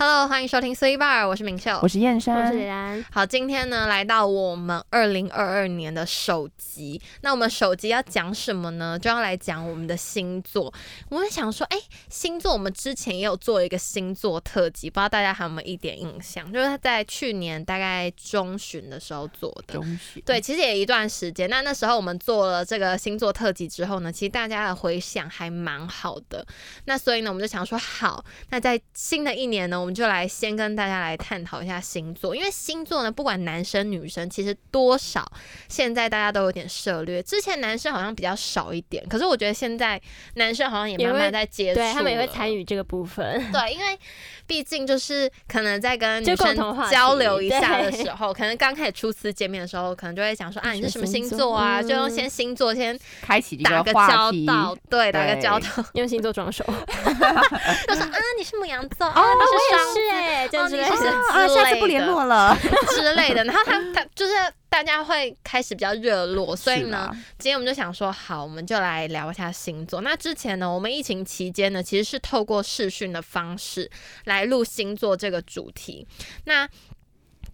Hello，欢迎收听 C Bar，我是明秀我。是燕我山是，然，好，今天呢来到我们二零二二年的首集。那我们首集要讲什么呢？就要来讲我们的星座。我们想说，哎、星座我们之前也有做一个星座特辑，不知道大家还有没有一点印象？就是在去年大概中旬的时候做的。中学，对，其实也一段时间。那那时候我们做了这个星座特辑之后呢，其实大家的回响还蛮好的。那所以呢，我们就想说，好，那在新的一年呢，我们就来先跟大家来探讨一下星座，因为星座呢，不管男生女生，其实多少现在大家都有点涉略。之前男生好像比较少一点，可是我觉得现在男生好像也也慢会慢在接触，对他们也会参。与这个部分。 对，因为毕竟就是可能在跟女就共生同话题交流一下的对时候，可能刚开始初次见面的时候，可能就会讲说啊，你是什么星星座座啊？就用嗯先星座先开启一打个个话交题，道，对，打个对交道， 用星座装熟，就说啊，你是牧羊座啊， 你是双子哎，哦哦就是你啊是 啊，之下次类不联的络了，之类 的，然后他他就是大家会开始比较热络，所以是呢啦，，今天我们就想说，好，我们就来聊一下星座。那之前呢，我们疫情期间呢，其实是透过视讯的方式来录星座这个主题。那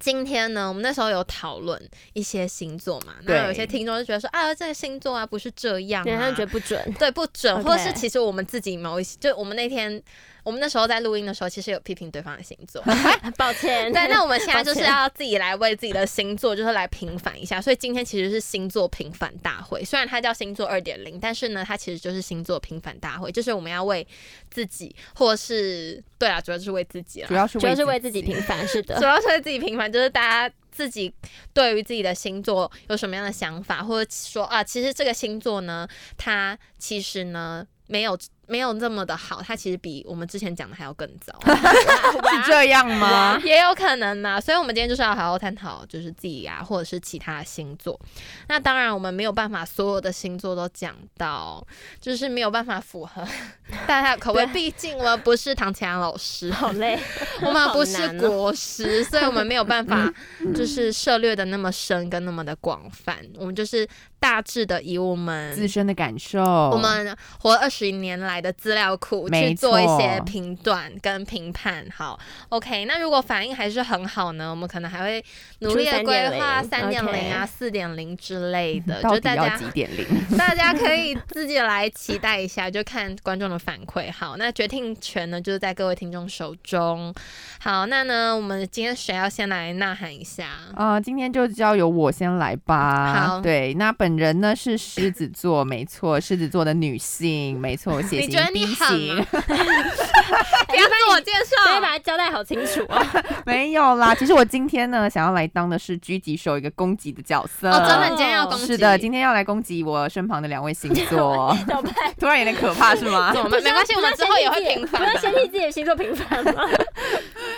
今天呢，我们那时候有讨论一些星座嘛，对那有些听众就觉得说，啊，这个星座啊不是这样、啊，对，他们觉得不 准，对不准， OK 或者是其实我们自己某一些，就我们那天我们那时候在录音的时候，其实有批评对方的星 座，抱歉。 对，那我们现在就是抱歉要自己来为自己的星座，就是来平反一下。所以今天其实是星座平反大会，虽然它叫星座二点零，但是呢，它其实就是星座平反大会，就是我们要为自己，或是对啊，主要就是为自己啦主，要是主要是为自己平反，是的 主。要是为自己平反，就是大家。自己对于自己的星座有什么样的想法，或者说啊，其实这个星座呢，它其实呢没有没有这么的好，它其实比我们之前讲的还要更糟。 是这样 吗？也有可能呐、所以我们今天就是要好好探讨，就是自己啊，或者是其他的星座。那当然，我们没有办法所有的星座都讲到，就是没有办法符合 大家的口味。对毕竟我们不是唐奇阳老 师，好累，我们不好是难哦国师，所以我们没有办法就是涉略的那么深跟那么的广泛。我们就是大致的以我们自。身的感受，我们活二十年来的资料库去没错做一些评断跟评判。好，OK，那如果反应还是很好呢，我们可能还会努力的规划出三3.0点零啊、四点零之类的，就嗯到是大底家要几点零？ 大家可以自己来期待一下，就看观众的反馈。好，那决定权呢，就是在各位听众手中。好，那呢，我们今天谁要先来呐喊一下？啊、今天就交由我先来吧。好对，那本人呢是狮子座，没错，狮子座的女性，没错，血你型觉得你 B 狠吗型，？ 不要自我介大家绍把。它交代好清楚啊！，没有啦。其实我今天呢，想要来当的是狙击手，一个攻击的角色。哦，真的，你今天要攻击？是的，今天要来攻击我身旁的两位星座 怎么 办？突然有点可怕是吗怎？么办？没关系，我们之后也会平反不要的。先替自己的星座平 反吗？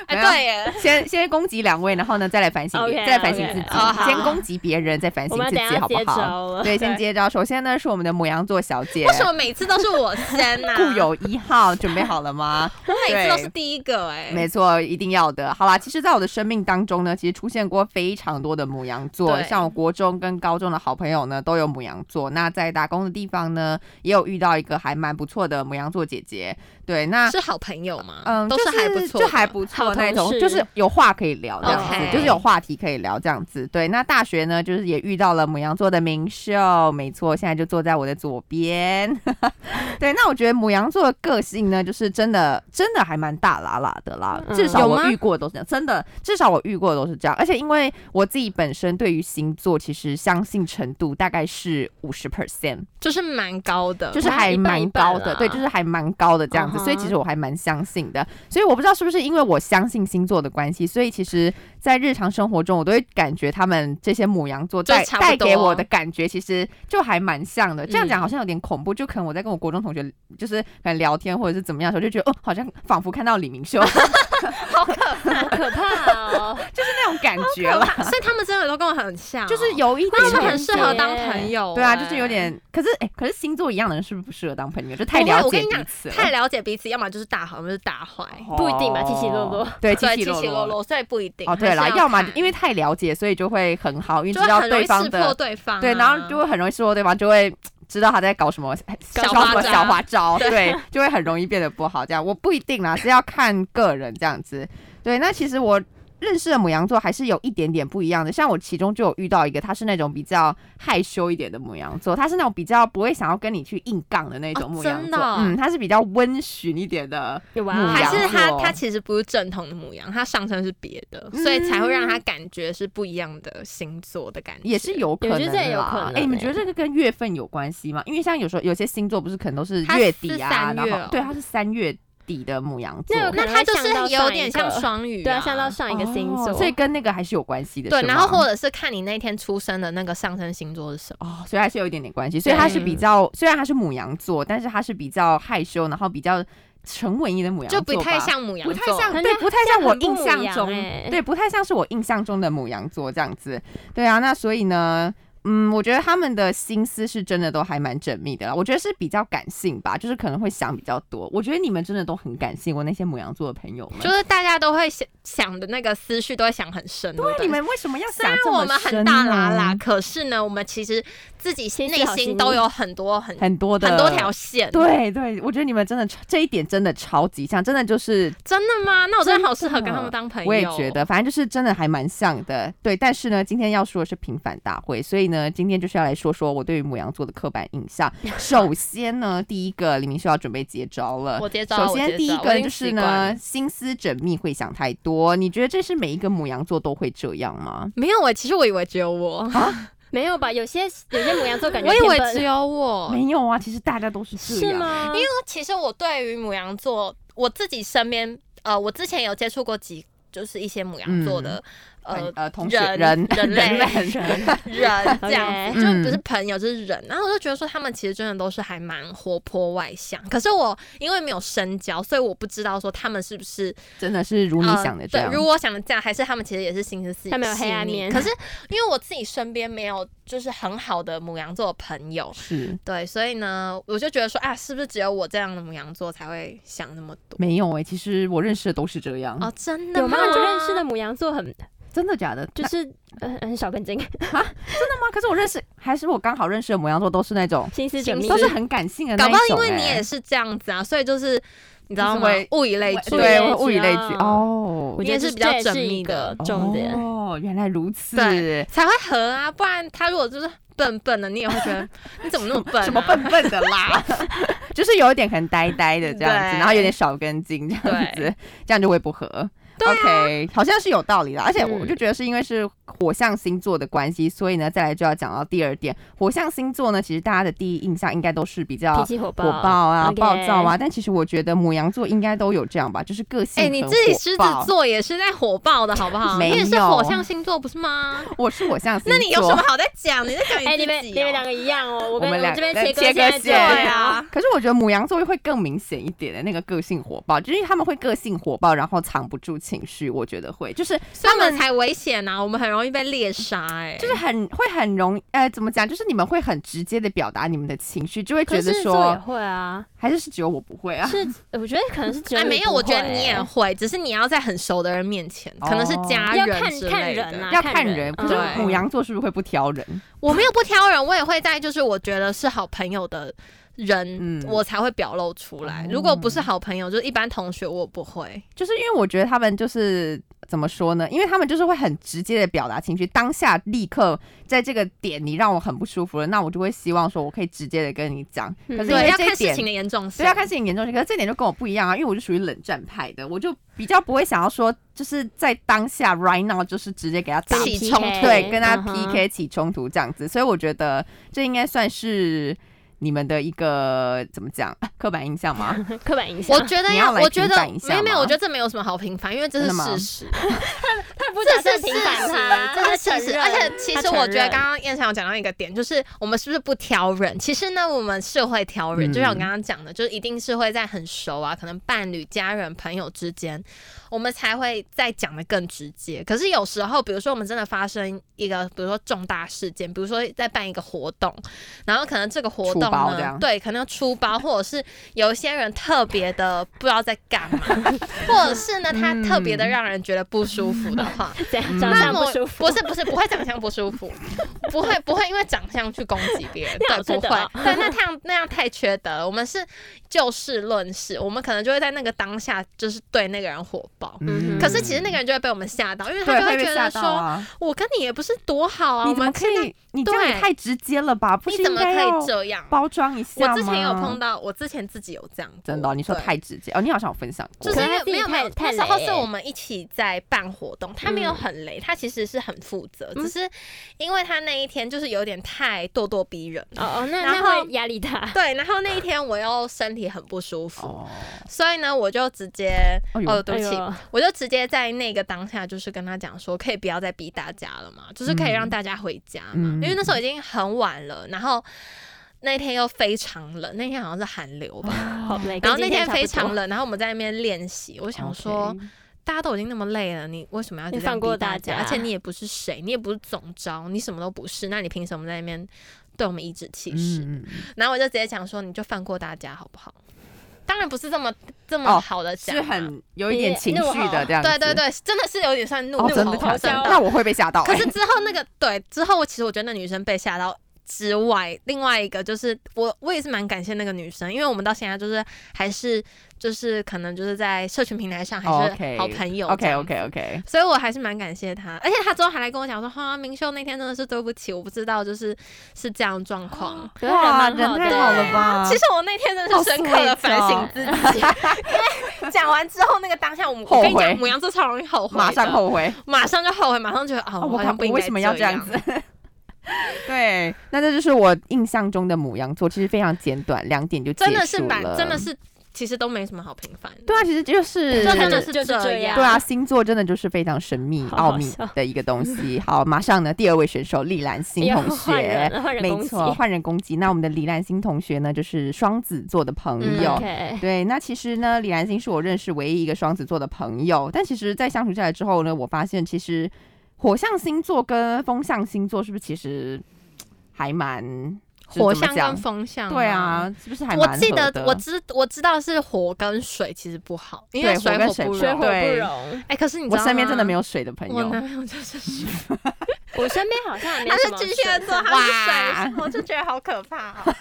哎，没有啊对耶，先先攻击两位，然后呢再来反省别 OK，再反省 OK，自己哦好先攻击别人，再反我省们要自等一己，下好不接哦好？招 了。对，先接招。首先呢是我们的母羊座小姐 为，什么啊每次都是我先呐？ 固，有一号，准备好了吗？我每次都对是第一个哎。没错，一定要的。好啦，其实，在我的生命当中呢，其实出现过非常多的母羊座，对像我国中跟高中的好朋友呢，都有母羊座。那在打工的地方呢，也有遇到一个还蛮不错的母羊座姐姐。对，那是好朋友吗？嗯，都就是还不错的，就还不错好那同种，事就是有话可以聊这样子 OK 就是有话题可以聊这样子。对，那大学呢，就是也遇到了母羊座的明秀，没错，现在就坐在我的左边。 对，那我觉得母羊座的个性呢，就是真的真的还蛮大喇喇的啦，嗯至少有我吗遇过都是这样，真的，至少我遇过都是这样。而且因为我自己本身对于星座其实相信程度大概是五十 percent，就是蛮高的， 就是哇还一半蛮一半高的，啦对，就是还蛮高的这样子嗯哼所以其实我还蛮相信的。所以我不知道是不是因为我相信星座的关系，所以其实，在日常生活中，我都会感觉他们这些母羊座就带差不带多给我的感觉，其实就还蛮像的。这样嗯讲好像有点恐怖，就可能我在跟我国中同学就是可能聊天或者是怎么样的时候，就觉得哦，好像仿佛看到李明秀 好可怕哦！那种感觉了，所以他们真的都跟我很像哦，啊就是有一那点他们很点适合对当朋友、对啊，哎就是有。点，可是哎、可是星座一样的人是不是不适合当朋友？就太不会了我解跟你彼讲此了，太了解彼此，要么就是大好，要么就是大坏，不一定吧起起落落哦，对，起 对，起起落起落。落，所以不一定。哦，对啦，还是要么看因为太了解，所以就会很好，因为就知会道很容易对方识破的对方啊、对，然后就会很容易说对方就会知道他在搞什么小搞花什么招小花招，对对，就会很容易变得不好。这样我不一定啦，是要看个人这样子。对，那其实我认识的母羊座还是有一点点不一样的。像我其中就有遇到一个，他是那种比较害羞一点的母羊座，他是那种比较不会想要跟你去硬杠的那哦种母羊真座，的哦嗯，他是比较温驯一点的。哇母还羊是他座他其实不是正统的母羊，他上身是别的，嗯所以才会让他感觉是不一样的星座的感觉。也是有可能我觉得啦，这也有可能哎、你们欸觉得这个跟月份有关系吗？因为像有时候有些星座不是可能都是它月是底啊，三然月后哦对，它是三月底的母羊座，那有可能那他就会像是到有上点一像个双鱼、对啊，像到上一个星座，哦所以跟那个还是有关系的，对，是然后吗或者是看你那天出生的那个上升星座是什么。哦，所以还是有一点点关系，所以它是比嗯较，虽然它是母羊座，但是它是比较害羞，然后比较沉稳一点的母羊就座不吧，太像母羊不座，太像，可对，能不太像我很不印母象羊中，欸对，不太像是我印象中的母羊座这样子。对啊，那所以呢，嗯，我觉得他们的心思是真的都还蛮缜密的啦。我觉得是比较感性吧，就是可能会想比较多。我觉得你们真的都很感性，我那些母羊座的朋友们，就是大家都会想想的那个思绪都会想很深，对不对啊你们为什么要虽想然这我么们深很呢大啦啦，，可是呢，我们其实自己心思内好细心腻都有很多很很多的很多条。线。，对对，我觉得你们真的这一点真的超级像，真的就是真的吗？那我真的好适合真的跟他们当朋友。我也觉，得，反正就是真的还蛮像的，对。但是呢，今天要说的是平凡大会，所以呢，今天就是要来说说我对于母羊座的刻板印 象。首先呢，第一个李明秀要准备接招了。我接招。首我先接第一招个就是，我已经习惯呢，了心思缜密，会想太多。你觉得这是每一个母羊座都会这样吗？没有我，其实我以为只有我，没有吧？有些有些母羊座感觉我以偏为笨只有我，没有啊，其实大家都是这是样。吗？因为其实我对于母羊座，我自己身边，呃，我之前有接触过几，就是一些母羊座的，呃呃。呃，同学人 人人类 人人人这样 OK 子，就嗯不是朋友，就是人。然后我就觉得说，他们其实真的都是还蛮活泼外向。可是我因为没有深交，所以我不知道说他们是不是真的是如你呃想的这样。对，如我想的这样，还是他们其实也是心思细腻，他们有黑暗面可是因为我自己身边没有就是很好的母羊座的朋友，是对，所以呢，我就觉得说啊，是不是只有我这样的母羊座才会想那么多？没有哎、其实我认识的都是这样。哦，真的有吗吗？？我认识的母羊座很真的假的？就那是呃很少跟进，吗？啊可是我认识，还是我刚好认识的母羊座都是那种，心思缜密都是很感性的那搞一不种、好欸。因为你也是这样子啊，所以就是你知道就是吗会？物以类我聚，对，类我聚物以类聚啊哦我，你觉也得是这比较这也缜是密一个的重点。哦，原来如此。对，才会合啊，不然他如果就是笨笨的，你也会觉得你怎么那么笨、啊？什么笨？笨的 啦，就是有一点可能呆呆的这样子，对然后有点少根筋这样子对，啊这样就会不合。OK，好像是有道理的，而且我嗯就觉得是因为是火象星座的关系，所以呢，再来就要讲到第二点，火象星座呢，其实大家的第一印象应该都是比较脾气火爆，火爆啊、 OK 暴躁啊，，但其实我觉得母羊座应该都有这样吧，就是个性哎、很你火自己狮子爆座也是在火爆的好不好？没有你也是火象星座不是吗？我是火 象星座，那你有什么？好在讲？你在讲哎、你自你们己、你哦们两个一样哦，我跟我们我俩这边呃切切割割现在就线对啊，可是我觉得母羊座会更明显一点的那个个性火爆，就是因为他们会个性火爆，然后藏不住情绪，我觉得会，就是所以他我们们。才危险呐、啊，我们很容易被猎杀哎。就是很会很容易，呃，怎么讲？就是你们会很直接的表达你们的情绪，就会哦可 觉是得狮子座也说，会啊，还是是只有我不会啊。是我觉得可能是只有哎，你没有，不我觉得会你也会，只是你要在很熟的人面前，可能是家要人看之看类的。人啊要看看人人，可对是母羊座是不是会不挑人？我没有不挑人，我也会在就是我觉得是好朋友的人，嗯我才会表露出来哦。如果不是好朋友，就是一般同学，我不会。就是因为我觉得他们就是怎么说呢？因为他们就是会很直接的表达情绪，当下立刻在这个点你让我很不舒服了，那我就会希望说我可以直接的跟你讲。嗯可是因对，为要这一看事点情。的严重性。对，要看事情严重性，可是这点就跟我不一样啊，因为我就属于冷战派的，我就比较不会想要说，就是在当下 right now 就是直接给他打跟你起 PK 冲突对，跟他嗯哼 PK 起冲突这样子，所以我觉得这应该算是你们的一个怎么讲刻板印象吗？ 刻板印象，我觉得你要，要来我觉平得反一下没有没有，吗我觉得这没有什么好平反，因为这是真的吗事实，他不这打是算事平实啊反他，，这他是承事实。认而且其他实我承觉得认刚刚燕翔有讲到一个点，就是我们是不是不挑人？其实呢，我们是会挑人，就像我嗯刚刚讲的，就是一定是会在很熟啊，可能伴侣、家人、朋友之间，我们才会再讲的更直接。可是有时候，比如说我们真的发生一个，比如说重大事件，比如说在办一个活动，然后可能这个活处动包呢这样对，可能出包，或者是有一些人特别的不知道在干嘛，或者是呢他特别的让人觉得不舒服的话，怎样嗯 长那相么不舒服？不是不是不会长相不舒服， 不会不会因为长相去攻击别 人，那对不我，觉得会啊，对，那太那样太缺德了。我们是就事论事，我们可能就会在那个当下就是对那个人火爆。嗯可是其实那个人就会被我们吓到，因为他对就会会被觉吓得到说，啊，我跟你也不是多好啊，你我怎么们可现在以？你这样也对太直接了吧？不是你怎应么该可要以这样？包装一我下吗？之前有碰到，我之前自己有这样过，真的哦、你说对太直接哦，你好像有分享过，就是因为可是他自己没有没有，太那太时候累是我们一起在办活动，他没有嗯很累，他其实是很负责，嗯只是因为他那一天就是有点太咄咄逼 人。哦哦，那然那后哦会压力大。对，然后那一天我又身体很不舒服，哦，所以呢，我就直接，哎呦哦，对不起，哎呦我就直接在那个当下，就是跟他讲说，可以不要再逼大家了嘛，就是可以让大家回家嘛，嗯嗯因为那时候已经很晚了，然后那天又非常冷，那天好像是寒流吧，好累。然后哦跟那今天差不非常 多，冷，然后我们在那边练习，我想说。大家都已经那么累了，你为什么要这你样放过逼大大家而且你也不是谁，你也不是总招，你什么都不是，那你凭什么在那边对我们颐指气使？嗯，嗯嗯然后我就直接讲说，你就放过大家好不好？当然不是这么这哦么好的讲、啊是很有一点也情怒绪的吼这样子，对对对，真的是有点算怒、哦，怒真吼的假吼的声？那我会被吓到、欸，可是之后那个对之后，其实我觉得那女生被吓到之外，另外一个就是我我也是蛮感谢那个女生，因为我们到现在就是还是就是可能就是在社群平台上还是哦 OK，好朋友 OK OK OK，所以我还是蛮感谢她，而且她之后还来跟我讲说，哈、明秀那天真的是对不起，我不知道就是是这样的状况。哦可是哇，蛮人好太的好了吧？其实我那天真的是深刻的反省自己，因为讲完之后那个当下，我们我跟你欸后悔讲，母羊座超容易后悔的，马上后悔，马上就后悔，马上觉得啊，啊我我好看像不我应该为什么要这这样子？？ 对，那这就是我印象中的母羊座，其实非常简短，两点就结真束的是蛮，了真的。是，其实都没什么好平凡的。对啊，其实就是这真的就是就是这样样对啊，星座真的就是非常神秘好好奥秘笑的一个东西。 好，马上呢，第二位选手丽兰新哎要同哎换学，人换人没攻击错，换人攻击。那我们的李兰心同学呢，就是双子座的朋友。嗯 OK，对，那其实呢，李兰心是我认识唯一一个双子座的朋友。但其实，在相处下来之后呢，我发现其实火象星座跟风象星座是不是其实还蛮就是火怎么象讲跟风象，对。啊，是不是还我蛮记合得的我知我知道是火跟水其实不好，因为对火跟火水不不容。水容火不对容。 哎，可是你知我道身边真的吗没有水的朋我友男，朋友就是水，我身边好像也没他什是么巨蟹座，他水是哇水象，我就觉得好可怕哦。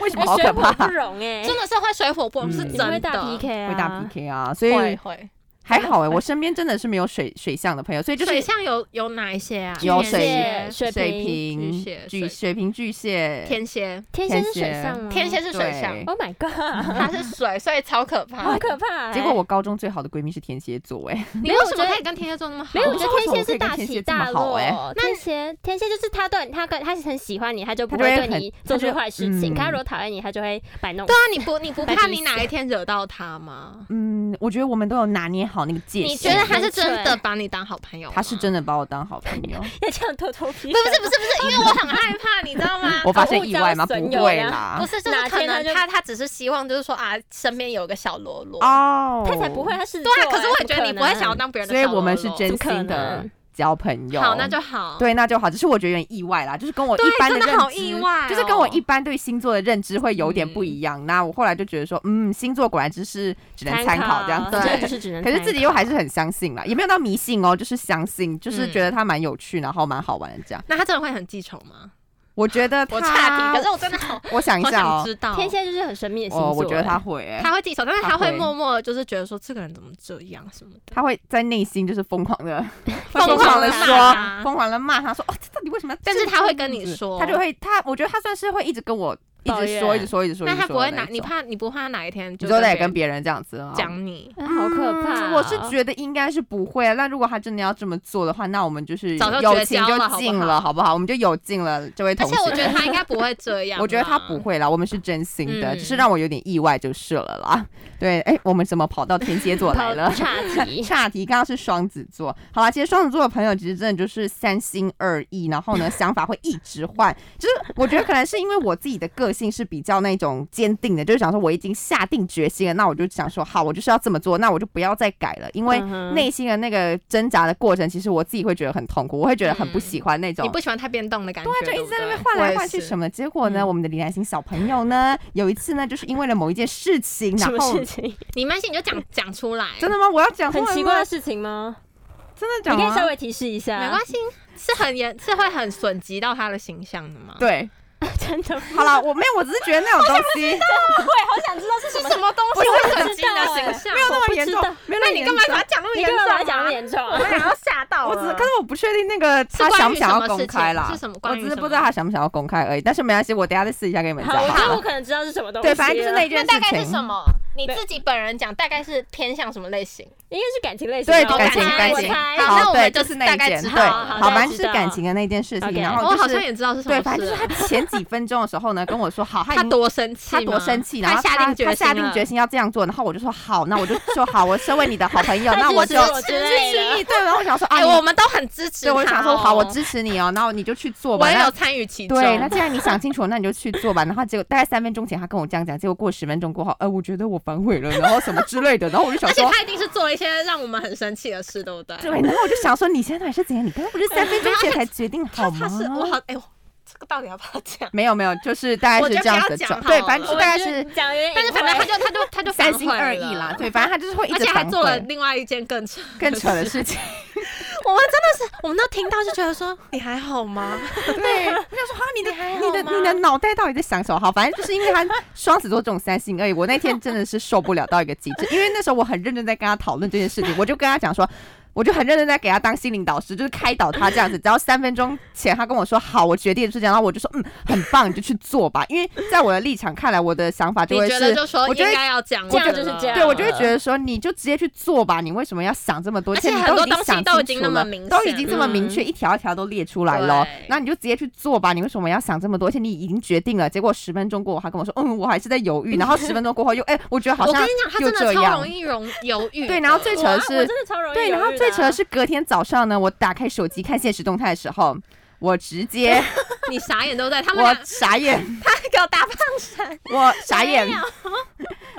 为什么哎好水可火怕不？容哎， 真的是会水火不容，嗯是你你真就的。会大 PK 啊，会打 PK 啊，所以会会。还好哎、我身边真的是没有水水象的朋友，所以就是水象有有哪一些啊？有天水蝎水瓶、巨蟹巨水水瓶、巨蟹、天蝎，天蝎是水象吗？天蝎是水象对， ，Oh my god，它是水，所以超可怕 好。可怕欸！结果我高中最好的闺蜜是天蝎座、哎，你没有为什我么觉得可以跟天蝎座那么好？没有，我我不觉知道得为什么天蝎可以是跟大天蝎起这么大好落。欸天蝎，天蝎就是他对他跟他很喜欢你，他就不他就会对你很做他出就坏事嗯情；可他如果讨厌你，他就会 摆弄对。啊，你不你 不白怕鼻你哪一天惹到他吗？ 嗯，我觉得我们都有拿捏好那个界限。你觉得他是真的纯粹把你当好朋友吗？他是真的把我当好朋友？要这样偷偷批不是不是不是不是，因为我很害怕，你知道 吗？我发现意外吗？物不交损友会呀啦不，是，就是哪可天他能就他他只是希望就是说啊，身边有个小罗罗。哦，他才不会，。他是对啊，可哎是我也觉得你不会想要当别人的所小罗以罗。我们是真怎么可心的能交朋友。好，那就好。对，那就好。只是我觉得有点意外啦，就是跟我哦对一般真认的知，好意外哦嗯就是跟我一般对星座的认知会有点不一样。那我后来就觉得说，嗯，星座果然只是只能参考这样子对。真的就是只 能可参考。是自己又还是很相信啦，也没有到迷信哦，就是相信，就是嗯觉得它蛮有趣，然后蛮好玩的这样。那他真的会很记仇吗？我觉得我他，差题，可是我真的好我想一好下想哦，知道。天蝎就是很神秘的星哦，座。我觉得他哎会欸，他会记仇，但是他他会会默默地就是觉得说这个人怎么这样什么的。他会在内心就是疯狂 的，疯疯狂的地骂说，他疯狂的骂他说，哦，这到底为什么要这啊但样子？是他会跟你说他就会他，我觉得他算是会一直跟我一抱直怨说，一直说，一直说，那一直他不说的会哪？那你种怕你不怕哪一天你就说得得跟别人这样子哦讲你？好可怕嗯哦！我是觉得应该是不会啊。那如果他真的要这么做的话，那我们就是早就友绝情交就了好不尽好了，好不好？我们就有尽了，这位而同学且。我觉得他应该不会这样啦。 我觉得他不会啦，我们是真心的，嗯只是让我有点意外就是了啦。对，哎，我们怎么跑到天蝎座来跑了？差 题。岔题，刚刚是双子座。好啦，其实双子座的朋友其实真的 就是三心二意，然后呢想法会一直换。就是我觉得可能是因为我自己的个性是比较那种坚定的，就是想说我已经下定决心了，那我就想说好，我就是要这么做，那我就不要再改了，因为嗯哼内心的那个挣扎的过程，其实我自己会觉得很痛苦，我会觉得很嗯不喜欢那种。你不喜欢它变动的感觉，对啊，就一直在那边换来换去什么？么。结果呢，嗯我们的李兰心小朋友呢，有一次呢，就是因为了某一件事情，然什么后事情？你慢性你就 讲讲出来，真的吗？我要讲啊很出来奇怪吗啊的，事情吗？真的讲你可以稍吗？微提示一啊下，没关系，是很严，是会很损及到他的形象的吗？对，啊系， 真的好了，我没有，我只是觉得那种东西好想知道是什么什么东西会损及你的形象？没有那么严重我不知道，没有那么你严干嘛重把它讲那么 你严根本重把啊？它讲的严重啊，我想要吓到我了只可是我不确定那个他想不想要公开啦，是关于什么事情是什么我关于只是什么不知道他想不想要公开而已。但是没关系，我等一下再试一下给你们好，我觉得讲。我可能知道是什么东西对，了，反正就是那那件事大情。概是什么？你对自己本人讲，大概是偏向什么类型？应该是感情类型吧，对，就我感感情情猜感类我型情，猜好那好，我对，们就就是大那一概件，知对，道好好好，大反概正就知是感道情的那件事情。 OK 然哦我好后就像是也知道是什么事。对，啊反正就是他前几分钟的时候呢，跟我说好，他已他经多生气他吗，多生气，然他后下定决心他了，下定决心要这样做，然后我就说好，那我就说好，我身为你的 好朋友，那我就支持我之类支持的你。对，然后我想说啊，哎，你我们都很支持对，他哦。我就想说好，我支持你哦，然后你就去做吧。我也那有参与其中。对，那既然你想清楚，那你就去做吧。然后结果大概三分钟前他跟我这样讲，结果过十分钟过后，呃，我觉得我反悔了，然后什么之类的，然后我就想而且说，他一定是做了一些让我们很生气的事，对不对？对，然后我就想说，你现在到底是怎样？你刚刚不是三分钟前才决定他好吗他？是我好哎，我这个到底要不要讲？ 没有没有，就是大概我是觉得这样不要子的讲状，好对，了反正就我大概觉得是讲有点隐晦，但是反正他就他就他就三反心悔二意了啦，对，反正他就是会一而直且还反做了悔另外一件更扯的更扯的事。事情。 我们真的是，我们都听到就觉得说 你还好吗？ 对，我想说哈，你的你还你好的吗你的脑袋到底在想什么？好，反正就是因为他双子座这种三心二意，我那天真的是受不了到一个极致，因为那时候我很认真在跟他讨论这件事情，我就跟他讲说。我就很认真在给他当心灵导师，就是开导他这样子。只要三分钟前他跟我说好，我决定是这样，然后我就说嗯，很棒，你就去做吧。因为在我的立场看来，我的想法就你会觉得是，就说我觉得应该要讲了，这样就是啊这样对我就会觉得说，你就直接去做吧，你为什么要想这么多？而且你很多已经东西想都已清经楚那么了明都已显经这么明嗯确，一条一条都列出来了对，那你就直接去做吧。你为什么要想这么多？而且你已经决定了，结果十分钟过后，他跟我说，嗯，我还是在犹豫。然后十分钟过后又，哎，我觉得好我跟像你讲，他又真这的超样容易容犹豫的。 对，然后最扯的哇我是，真的超容易犹豫对，的然啊，后最扯的是隔天早上呢，我打开手机看现实动态的时候。我直接，你傻眼都 在，他们我俩傻眼，给我 大胖闪，我傻眼没，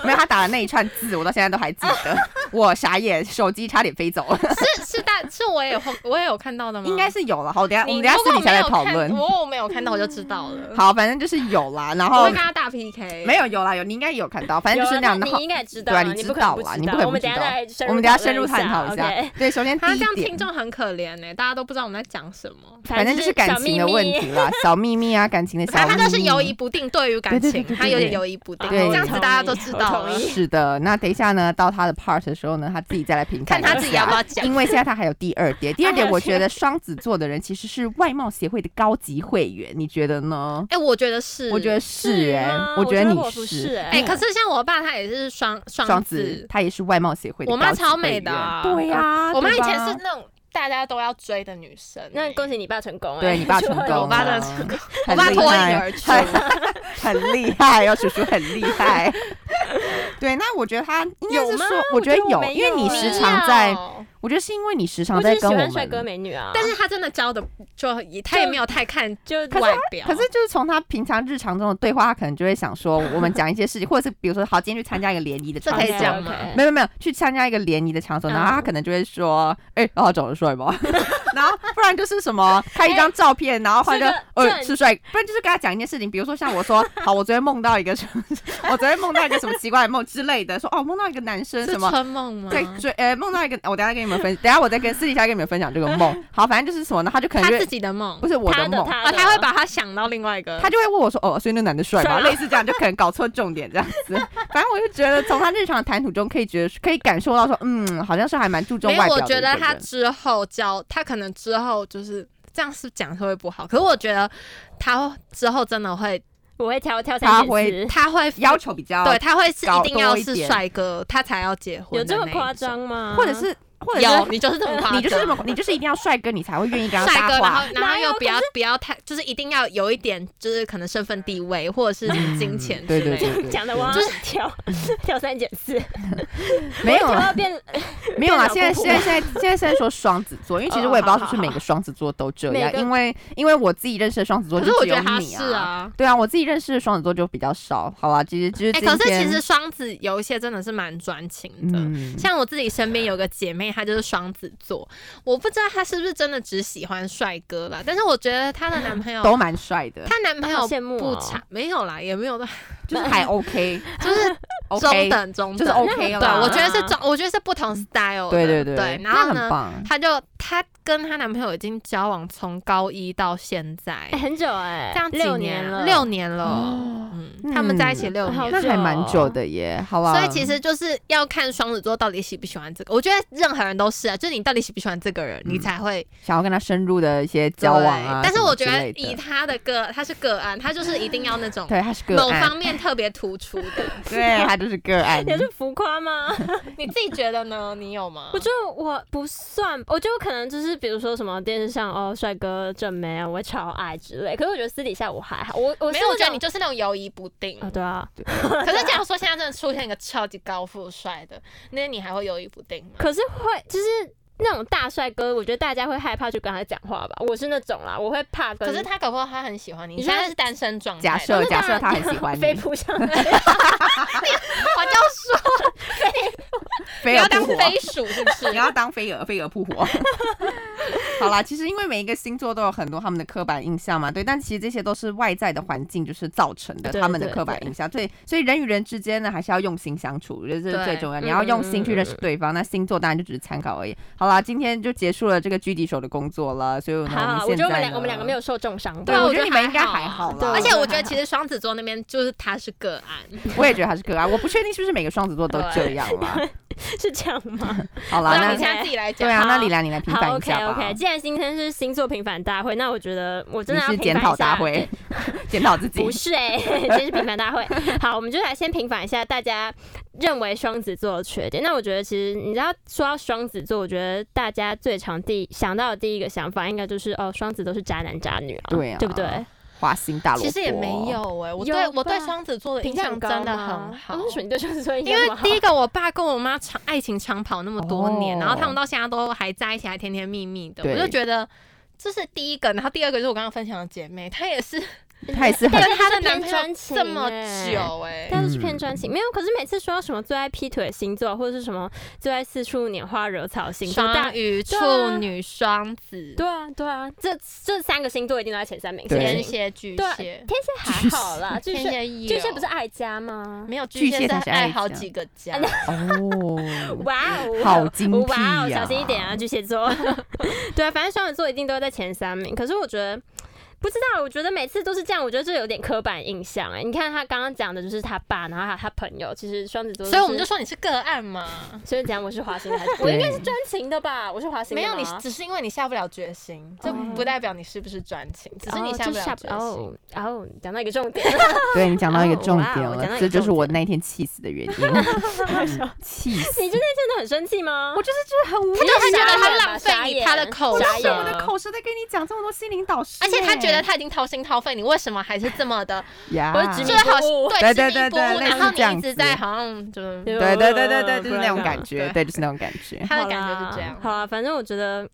没有他打的那一串字，我到现在都还记 得。我傻眼，手机差点飞走。 是是大是我也有我也有看到的吗？应该是有了。好，我等一下你我们等一下私底下再讨论如。果我没有看到，我就知道了。好，反正就是有啦，然我后会跟他大 PK。 没有有啦，有你应该有看到，反正有就是那样。那然后你应该知道对啊啊，你你知不可道能啦知你不可道能我们不等一知道下再我们等一下深深入入探讨一一下。 OK 对，首先第他这样一听点，众很可怜呢、大家都不知道我们在讲什么。反正就是感情的问小秘密。题 啦，小秘密啊，感情的小秘反密。正他就是犹疑不定，对于感对对情对对对他有点犹疑不定，对这样子大家都知道我了同。意是的，那等一下呢，到他的 part 的时候呢，他自己再来评判一下，看他自己要不要讲因为现在他还有第二 点，第二点啊我觉得双子座的人其实是外貌协会的高级会员，你觉得呢？哎、我觉得是，我觉得是哎、吗觉得我你我不是哎、哎，可是像我爸他也是双双双子，，他也是外貌协会的我妈高级超会美的员啊对呀、我妈对以前吧是那种大家都要追的女生、欸那恭喜你爸成功哎，对你爸 成功了，我爸真的成功我 很爸厉脱颖害 而出。很厉害，哦，叔叔很厉害。 对，那我觉得他应该有是吗说，我觉得我觉得有我，没因为你有时哎常在没，有我觉得是因为你时常 我在就是跟喜我欢帅哥们。美女啊，但是他真的教的就也他也没有太看就外表，可是就是从他平常日常中的对话，他可能就会想说，我们讲一些事情，或者是比如说，好，今天去参加一个联谊的这场可以所，讲吗 OK，OK 没有没有，去参加一个联谊的场所，然后他可能就会说，哎、然后长得帅吗？然后不然就是什么拍一张照片，然后他就这个呃、这很是帅，不然就是跟他讲一件事情，比如说像我说，好，我昨天梦到一个什么，我昨天梦到一个什么奇怪的梦之类的，说哦，梦到一个 男生是什么。春梦吗？在追呃梦到一个，我等一下跟你们分，等一下我再跟私底下跟你们分享这个梦。好，反正就是什么呢？他就可能他就自己的梦不。是我他的梦，啊，他的他会把他想到另外一个，他就会问我说：“哦，所以那男的帅吗？”帅吗类似这样，就可能搞错重点这样 子。反正我就觉得从他日常的谈吐中，可以觉得可以感受到说，嗯，好像是还蛮注重没有，外表我的一个觉人。得他之后教他可能之后就是这样是讲是会不好，可是我觉得他之后真的会，我会挑挑他三会拣四，他会要求比较对，他会是搞一定要多一是点帅哥，他才要结婚，嗯有这么夸？张吗？或者是或者有 是你就是这么夸张，你就是这么，你就是一定要帅哥，你才会愿意跟他帅搭哥，然后话。然后哪有又不要可不要太，就是一定要有一点，就是可能身份地位或者是金钱之嗯对类对的。对对， 讲的对我就就是跳 跳三减四，没有我啊 要变没有啦，现在现变老公在现在现在现在说双子座，因为其实我也不知道哦是好不是每个双子座都这每样，个因为因为我自己认识的双子座可就是我只觉有得他你是啊，对啊，我自己认识的双子座就比较少。好啦，其实就是哎、今可是天其实双子有一些真的是蛮专情的。嗯，像我自己身边有个姐妹，她就是双子座，我不知道她是不是真的只喜欢帅哥啦，但是我觉得她的男朋友，都蛮帅的，她男朋友好羡慕哦不差，没有啦，也没有到，就是还 OK 就是中 OK，等中等，就是 OK 对，啦我觉得嗯是中，我觉得是不同 style 的，对对对，对，然那后很呢，棒。她就她跟她男朋友已经交往从高一到现在哎，很久哎，这样几六年啊了，六年了哦，嗯，他们在一起六嗯年好了。那还蛮久的耶，好啦。所以其实就是要看双子座到底喜不喜欢这个，我觉得任何人都是啊，就是你到底喜不喜欢这个人，嗯你才会想要跟他深入的一些交往啊，对但是什么我觉之得类的以他的个，他是个案，他就是一定要那 种对他是个某案，方面特别突出的。对他就是个 案，也是浮夸吗？你自己觉得 呢？你有吗我？觉得我不算，我觉得我可能就是比如说什么电视上哦，帅哥正妹啊，我超爱之类。可是我觉得私底下我还好，我我没是有，我那觉得种你就是那种犹疑不定。啊、对啊，可是这样说，现在真的出现一个超级高富帅的，那你还会犹疑不定吗？可是会就是那种大帅哥，我觉得大家会害怕去跟他讲话吧。我是那种啦，我会怕跟。可是他搞不好他很喜欢你，你你现现在在是单身状态。假设那当假然设他很喜欢你， 飞扑上 来，我就说不飞要蛾当扑火，飞鼠是不是？你要当飞蛾，飞蛾扑火。 好啦，其实因为每一个星座都有很多他们的刻板印象嘛，对，但其实这些都是外在的环境就是造成的对他们的刻板印象，所以所以人与人之间呢还是要用心相处，我觉得这对是最重要，你要嗯用心去认识对方。那星座当然就只是参考而已。好啦，今天就结束了这个狙击手的工作了，所以呢，好好，我我们现在觉得我们两呢我们两个没有受重伤吧。对，啊对我我觉觉得得你们应该还还好好对啦。而且我觉得还好其实双子座那边就是他是个 案，我也觉得他是个案，我不确定是不是每个双子座都这样啦。 是这样 吗？好不啦，然那你现在自己来讲。对啊，好那李兰你来平好反一，OK 下吧。 OK。既然今天是星座平反大会，那我觉得我真你的要是平检反讨一下大会， 检讨自己不。是哎、欸， 这是平凡大会。 好，我们就来先平反一下大家认为双子座的缺点。那我觉得其实你知道，说到双子座，我觉得大家最常第想到的第一个想法应该就是哦，双子都是渣男渣女啊，对啊对不对？花心大萝卜。哦其实也没有哎、我有对我对吧双子座的印评价象呃高真的吗很好哦。为什么你对双子座印因象这么为好第一个，我爸跟我妈长爱情长跑那么多年，哦然后他们到现在都还在一起，还甜甜蜜蜜的，对我就觉得这是第一个。然后第二个就是我刚刚分享的姐妹，她也是他也是很 对跟她的她是男偏朋友专情这么欸久哎、大家都是偏专情，没有。可是每次说到什么最爱劈腿星座，或者是什么最爱四处拈花惹草星座，大双鱼、处对啊女、双子、对啊对啊，这这三个星座一定都在前三名。对天天蝎、巨对蟹、蝎还好啦，巨天蟹蝎也有巨蟹不是爱家吗？没有巨蟹巨蟹才是是爱爱好家几个家，哦，哇哦，好精辟哇哦，呀小心一点啊，巨蟹座。 对啊，反正双子座一定都在前三名。可是我觉得。不知道，我觉得每次都是这样，我觉得这有点刻板印象哎、你看他刚刚讲的就是他爸，然后还有他朋友，其实双子座、所以我们就，说你是个案嘛。所以讲我是华心的还是，对 我应该是专情的吧？我是华心没的吗，有，你只是因为你下不了决心，这哦不代表你是不是专情，只是你哦下就不了决心。哦哦，讲到一个 重点，对你讲到一个重点哦哇我讲到了，一个这就是我重那天气死的原因。 气死！你真的真的很生气吗？我就是就是很无他就是觉得傻眼他吧浪费傻你眼他的口傻舌眼我的口舌在跟你讲这么多心灵导师欸，而且他觉得他已经掏心掏肺，你为什么还是这么的，呀我是就直啊是接好不对对执迷对不对悟，类然似后你这样一直子在好像就是对对对对对对，就是不那种然感呢觉，对对，就是那种感 觉。他的感觉是这样。好啦，反正我觉得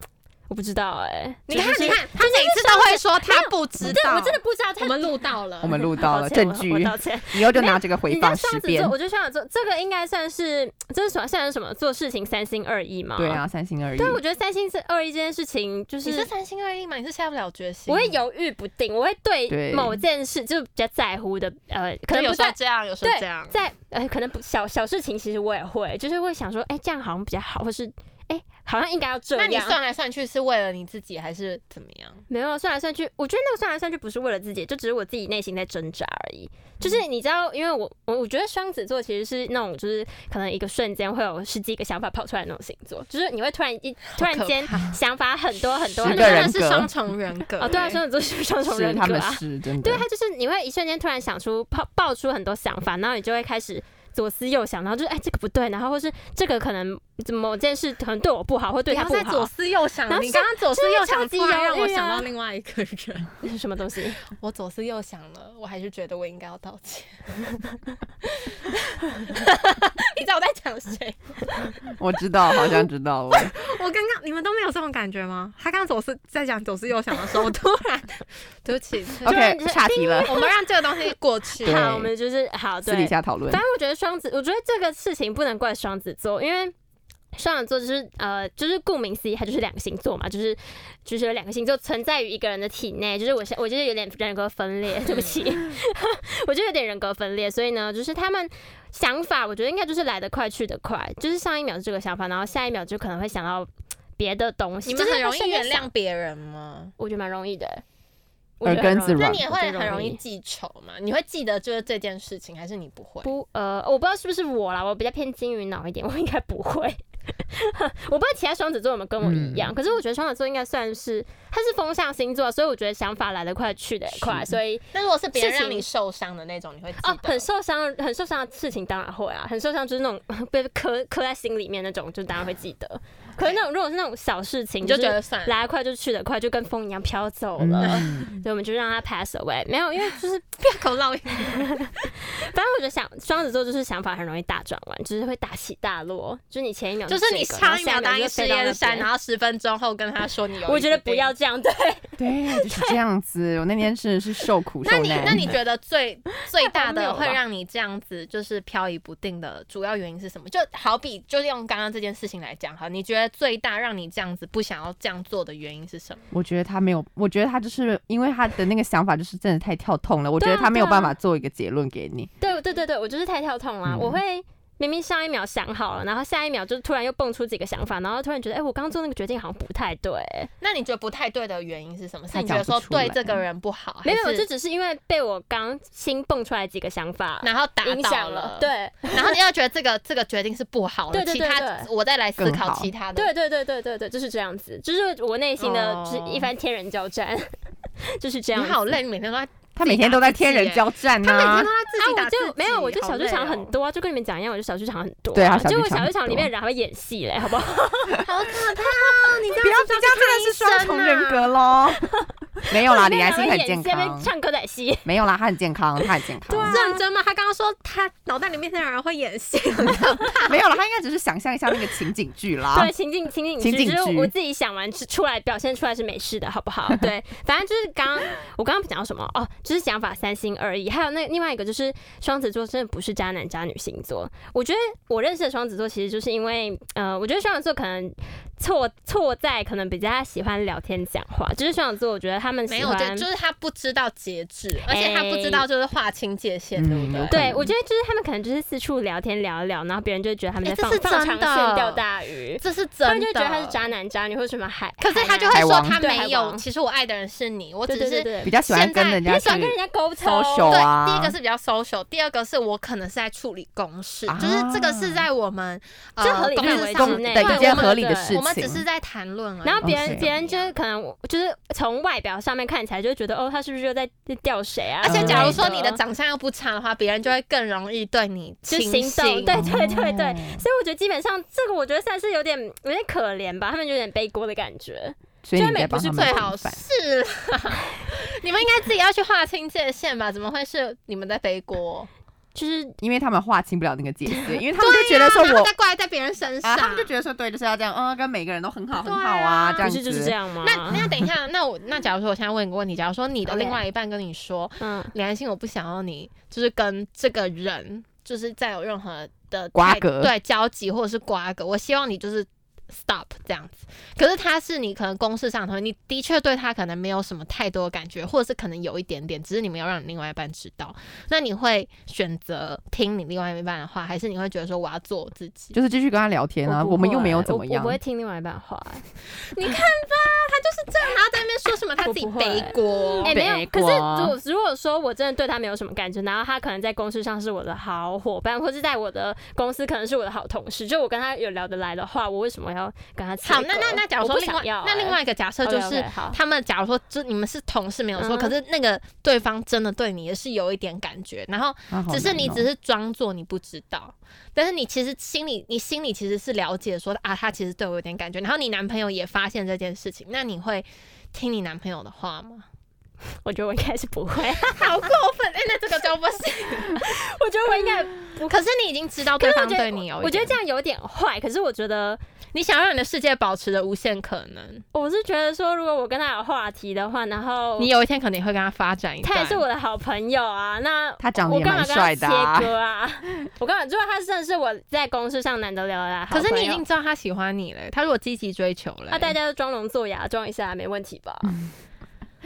我不知道哎、你看就，是你，看，他每次都会说他不知对道，我真的不知道他我。们录到了，我们录到了抱歉证我我据，道歉。以后就拿这个你回知道放双十子遍座，。我就双子座，这个应该算是这是算算是什么？做事情三心二意嘛。对。啊，三心二意。对，我觉得三心二意这件事情，就你是是三心二意嘛，你是下不了决心。我会，犹豫不定，我会对对某件事就是比较在乎的，呃，可可能有不时候在这样，有时候对这样。在呃，可能不小小事情，其实我也会，就是会想说，哎、这样好像比较好，或是哎、好像应该要这那样。你算来算去是为了你自己还是怎么样？没有算来算去，我觉得那个算来算去不是为了自己，就只是我自己内心在挣扎而已。就是你知道，因为我我我觉得双子座其实是那种，就是可能一个瞬间会有十几个想法跑出来那种星座，就是你会突然一突然间好可怕想法很多很多十很哦那个多。真人的是格双重人 格哦，对啊，欸双子座是双重是人他格们啊，是真的对，他就是你会一瞬间突然想出跑爆出很多想法，然后你就会开始左思右想，然后就是哎这个不对，然后或是这个可能某件事可能对我不好，或对不他要不再左好，思右想然，后你是刚刚左思右想，就是超级突然犹让我豫啊想到另外一个 人。那是什么东西？我左思右想了，我还是觉得我应该要道 歉。你知道我在讲谁？我知道，好像知道了。 我刚刚你们都没有这种感觉吗？他刚刚左思在讲左思右想的时候，我突 然对不起，就 OK，是岔题了，我们让这个东西过去。对好，我们就是好，私对，底下讨论反。正我觉得双子，我觉得这个事情不能怪双子座，因为双子座就是呃，就是顾名思义，它就是两个星座嘛，就是就是有两个星座存在于一个人的体内，就是我现我就是有点人格分裂，对不 起，我就有点人格分裂，所以呢，就是他们。想法我觉得应该就是来得快去得快，就是上一秒是这个想法，然后下一秒就可能会想到别的东西。你们就是很容会易瞬间原想谅，别人吗？我觉得蛮容易的。我耳觉得很根子容易那软你也我觉会得很容容易易记仇吗？你会记得就是这件事情，还是你不会？不，呃，我不知道是不是我啦，我比较偏金鱼脑一点，我应该不会。 我不知道其他双子座有没有跟我一嗯样，可是我觉得双子座应该算是它是风象星座，所以我觉得想法来得快去得也快，所以那如果是别人事情让你受伤的那种，你会记得哦，很受伤，很受伤的事情当然会啊，很受伤就是那种 被刻刻在心里面那种，就当然会记得。可是那种如果是那种小事情，你就是觉得算了。来得快就去得快，就跟风一样飘走了，嗯，所以我们就让它 pass away。没有，因为就是不要 口烙印。反正我觉得想双子座就是想法很容易大转弯，就是会大起大落，就是你前一秒就是你这个上一秒然后下答应就试飞到那验边山，然后十分钟后跟他说你有， 我觉得不要。这 样，对，对，就是这样子。我那天真的是受苦那受你难。那你觉得最 最大太的荒谬会了吧让你这样子就是漂移不定的主要原因是什么？就好比就是用刚刚这件事情来讲哈，你觉得最大让你这样子不想要这样做的原因是什么？我觉得他没有，我觉得他就是因为他的那个想法就是真的太跳痛了，我觉得对啊他没有对啊办法做一个结论给你。对对对对，我就是太跳痛了、嗯我会。明明上一秒想好了，然后下一秒就突然又蹦出几个想法，然后突然觉得，哎、我刚刚做那个决定好像不太对、那你觉得不太对的原因是什么？是他你觉得讲说不出来对这个人不好，没有，还我是就只是因为被我刚新蹦出来几个想法然后打影倒响了，，对 然后你要觉得这个这个决定是不好的，对对其对他对我再来思更考好其他的。对对对对对对，就是这样子，就是我内心哦的就是一番天人交战， 就是这样你子。好累，你每天都在他每天都在天人交战他每呐、天都在自己打啊我自己，就没有，我就好小剧累场哦 很多、啊，就跟你们讲一样，我就小剧场很多、啊。对啊小剧就我场小剧很场里多面人还会演戏嘞，好 不好？好可怕 哦！你不要这样，真的是双啊重人格喽。没有啦，李安心很健在那边康。啊唱歌仔戏，没有啦，他很健康，他很健康。认真吗？他刚刚说他脑袋里面那人会演戏，没有啦，他应该只是想象一下那个情景剧啦对，。情景情景情剧，景就是剧我自己想完是出来表现出来是没事的，好不好？ 对，反正就是刚刚我刚刚讲到什么哦，就是想法三心二意，还有那另外一个就是双子座真的不是渣男渣女星座，我觉得我认识的双子座其实就是因为呃，我觉得双子座可能。错错在可能比较喜欢聊天讲话，就是双子座，我觉得他们喜没欢哎有，我觉得就是他不知道节制，而且他不知道就是划清界限，嗯对不对？对，我觉得就是他们可能就是四处聊天聊一聊，然后别人就会觉得他们在哎这放、是放真长的线钓大鱼，这是他真们的。就会觉得他是渣男渣女或者什么海，可是他就海会海说王他对没海有，王其实我爱的人是你，我南对只对对是对比，较喜欢跟人比较家喜欢跟去人家沟通 social 啊。第一个是比较 social，第二个是我可能是在处理公事，啊就是这个是在我们呃这合理公范事围上之公内，对对一件我们合理的事我们只情嗯是在谈论而已。然后别人 OK 别人就是可能就是从外表上面看起来就会觉得哦，他是不是又在在钓谁啊？而嗯且，假如说之类你的长相又不差的话，别人就会更容易对你就倾行动，心对对对嗯对，所以我觉得基本上这个我觉得算是有点有点可怜吧，他们有点背锅的感觉。所以你在帮他们最好平是反。啦，你们应该自己要去划清界限吧？怎么会是你们在背锅？就是因为他们划清不了那个界限，因为他们就觉得说然我后再怪在别人身上，啊，他们就觉得说对，就是要这样，嗯，跟每个人都很好，对很啊好啊，这样不子。是就是这样吗？那那等一下，那我那假如说我现在问一个问题，假如说你的 OK 另外一半跟你说，嗯，李安心，我不想要你，就是跟这个人，就是再有任何的瓜态葛对交集或者是瓜葛，我希望你就是 stop 这样子。可是他是你可能公事上的同学，你的确对他可能没有什么太多的感觉，或者是可能有一点点，只是你没有让你另外一半知道。那你会选择听你另外一半的话，还是你会觉得说我要做我自己？就是继续跟他聊天啊，不我们又没有会怎么我样我不。会听另外一半话。你看吧，他就是这样，然后在那边说什么他自己我不会背 锅。哎、北没有。可是国如果如果说我真的对他没有什么感觉，然后他可能在公司上是我的好伙伴，或是在我的公司可能是我的好同事，就我跟他有聊得来的话，我为什么要要跟他切好，那那割那假如我说不另外想要那欸另外一个假设就是 OK，OK，好 他们假如说就你们是同事没有错，嗯哼可是那个对方真的对你也是有一点感觉，然后啊好只是难你哦只是装作你不知道，但是你其实心里你心里其实是了解说啊，他其实对我有点感觉，然后你男朋友也发现这件事情，那你会听你男朋友的话 吗？我觉得我应该是不会，好过分！哎、那这个就不行。 我觉得我应该， 可是你已经知道对方对你有一点我觉得这样有点坏。可是我觉得你想让你的世界保持着无限可能，我是觉得说，如果我跟他有话题的话，然后你有一天可能也会跟他发展一段。他也是我的好朋友啊，那哦他长得我也干嘛蛮跟他帅的啊切割啊， 我干嘛？如果他真的是我在公司上难得聊的好可朋是友，啊你已经知道他喜欢你了，他如果积极追求了，那大家就装聋作哑，装一下没问题吧？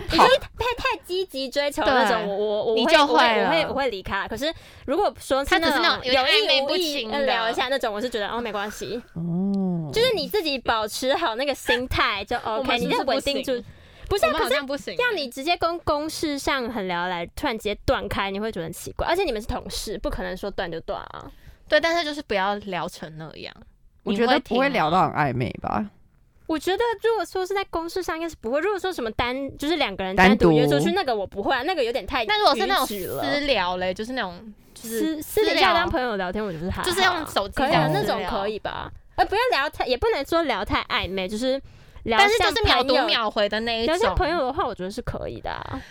好太积极追求那种，对我我我你会就我会会我会了我会离开。可是如果说他只是那那种有有点暧昧意不无意清呃的聊一下那种，我是觉得哦没关系，哦，就是你自己保持好那个心态就 OK，们是你不是再稳定不住行。不是我啊，们可好是像不行。让你直接跟公事上很聊得来，突然直接断开，你会觉得很奇怪。而且你们是同事，不可能说断就断啊。对，但是就是不要聊成那样。我你觉得听啊不会吗聊到很暧昧吧？我觉得如果说是在公事上，应该是不会。如果说什么单就是两个人单单独独约出去，那个我不会、啊，那个有点太那如果是那种逾矩了私聊嘞，就是那种就是私私底聊下当朋友聊天，我觉得还好就是用手机可以这啊样，那私种聊可以吧？呃，不要聊太，也不能说聊太暧昧，就是聊但是像就是秒朋读友秒回的那一聊像种。朋友的话，我觉得是可以的、啊。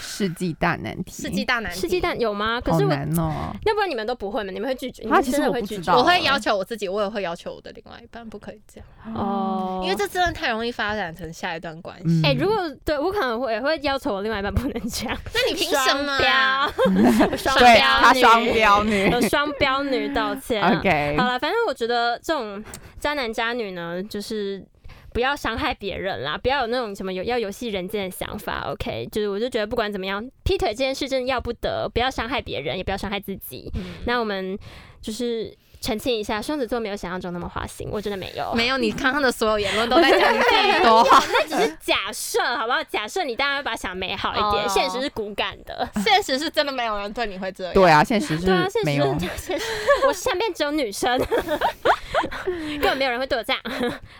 世纪大难题，世纪大难题，吃鸡蛋有吗？可好是我，难哦。要不然你们都不会吗？你们会拒绝？你啊们其实真的我会不拒知绝？道我会欸要求我自己，我也会要求我的另外一半，不可以这样，哦，因为这真的太容易发展成下一段关系。嗯哎、如果对我可能会也会要求我另外一半不能这样，那你凭什么啊？标双对标他女双标女有双标女道歉啊、 ，OK，好了，反正我觉得这种渣男渣女呢，就是不要伤害别人啦，不要有那种什么有要游戏人间的想法。OK，就是我就觉得不管怎么样，劈腿这件事真的要不得，不要伤害别人，也不要伤害自己。那我们就是澄清一下，双子座没有想象中那么花心，我真的没 有。没有，你刚刚的所有言论都在讲你自己 多话。那只是假设，好不好？假设你当然要把它想美好一点哦现实是骨感的。现实是真的没有人对你会这样。对啊，现实是对啊，现没实有。现实，我身边只有女生， 根本没有人会对我这样。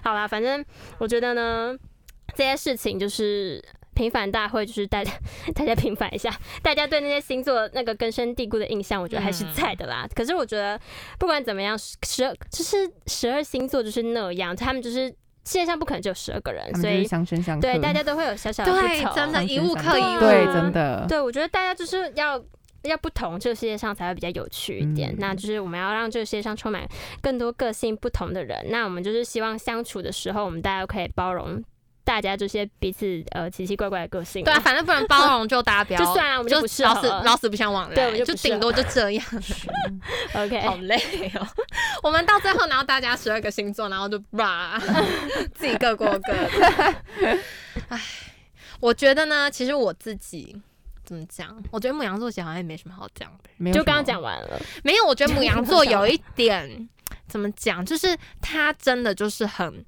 好啦，反正我觉得呢，这些事情就是平凡大会，就是大家大家平凡一下，大家对那些星座那个根深蒂固的印象，我觉得还嗯是在的啦。可是我觉得不管怎么样，十二就是十二星座就是那样，他们就是世界上不可能只有十二个人，他们所就是以相生相克，对大家都会有小小的不对同。真的，相一生物相克克一对物。对真的，对，我觉得大家就是要要不同，这个世界上才会比较有趣一点。嗯那就是我们要让这个世界上充满更多个性不同的人。那我们就是希望相处的时候，我们大家可以包容大家这些彼此呃奇奇怪怪的个性。对啊，，反正不能包容就大家不要，就算了我们就不适合老死老死不相往来，对我们就不就适合顶多就这样， 好 OK，累哦。 我们到最后，然后大家十二个星座，然后就 吧，自己各过各的。唉，我觉得呢，其实我自己怎么讲，我觉得母羊座其实好像也没什么好讲的，没有就什刚刚么讲完了。没有，我觉得母羊座有一点怎么讲，就是他真的就是很。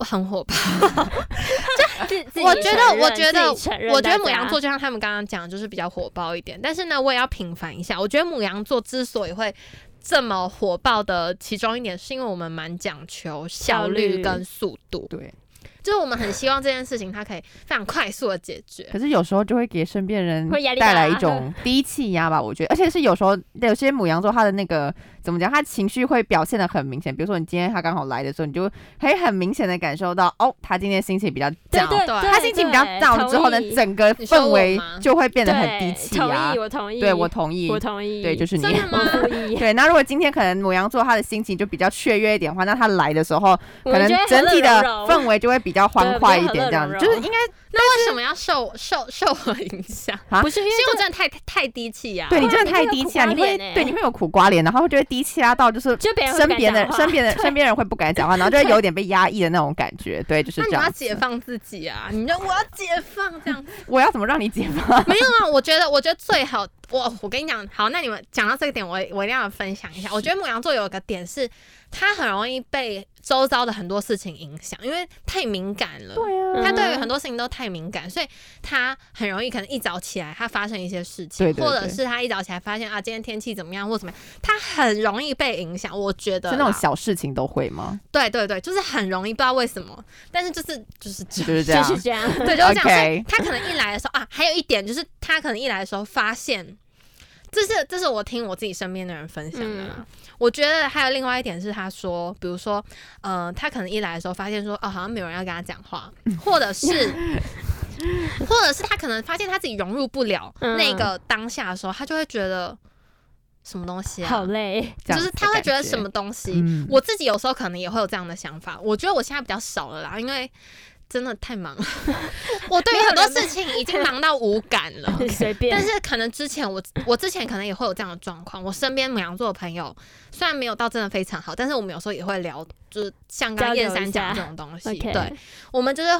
很火爆，自自己我觉承得，认啊我觉得自己承认我觉得大母羊家座就像他们刚刚讲，就是比较火爆一点。但是呢，我也要平反一下，我觉得母羊座之所以会这么火爆的其中一点，是因为我们蛮讲求效效率率跟速度，对，就是我们很希望这件事情它可以非常快速的解决。可是有时候就会给身边人会压力大带 来一种低气压吧，我觉得，而且是有时候有些母羊座他的那个怎么讲，他情绪会表现的很明显。比如说你今天他刚好来的时候，你就可以很明显的感受到，哦，他今天心情比较对 down，对对对他心情比较对 down 同之后呢意，整个你说氛我围吗就会变得很对低气同压意，。我同意，对我同意我，同意，对，就是你真。的我吗？同意。 对，那如果今天可能母羊座他的心情就比较雀跃一点的话，那他来的时候，我可能觉得整和乐体的融融氛围就会比较欢对快比一较和点，乐这样融子就是融应该那为什么要受受受我影响？啊不是因为因为我真的太太低气压、对你哇真的你太会有低苦气压，瓜你会脸欸对你会有苦瓜脸，然后就会低气压到 就是就别哎人会身不敢边的讲话 身边的身边人会不敢讲话，然后就会有点被压抑的那种感觉，对，就是那这你要样。解放自己啊！你就我要解放这样子。我要怎么让你解放？没有啊，我觉得，我觉得最好，我我跟你讲，好，那你们讲到这个点，我我一定要分享一下。我觉得母羊座有一个点是，他很容易被周遭的很多事情影响，因为太敏感了。对啊，他对于嗯很多事情都太敏感，所以他很容易可能一早起来，他发生一些事情，对对或者对是他一早起来发现啊，今天天气怎么样或怎么样，他很容易被影响。我觉得 是那种啦，小事情都会吗？对对对，就是很容易，不知道为什么，但是就是就是这就样。是这就样，是这 样。对，就是这样。所以 OK 他可能一来的时候啊，还有一点就是他可能一来的时候发现，这是这是我听我自己身边的人分享的啦。嗯我觉得还有另外一点是，他说，比如说，呃，他可能一来的时候发现说，哦，好像没有人要跟他讲 话，或者是。或者是他可能发现他自己融入不了嗯那个当下的时候，他就会觉得什么东西啊，好累，这就样是子他会的感觉觉得什么东西，嗯我自己有时候可能也会有这样的想法，我觉得我现在比较少了啦，因为真的太忙了， 我对于很多事情已经忙到无感 了。随便但。是可能之前我我之前可能也会有这样的状况，我身边母羊座的朋友虽然没有到真的非常好，但是我们有时候也会聊，就是像刚刚燕交流山一讲下这种东西 OK，对，我们就是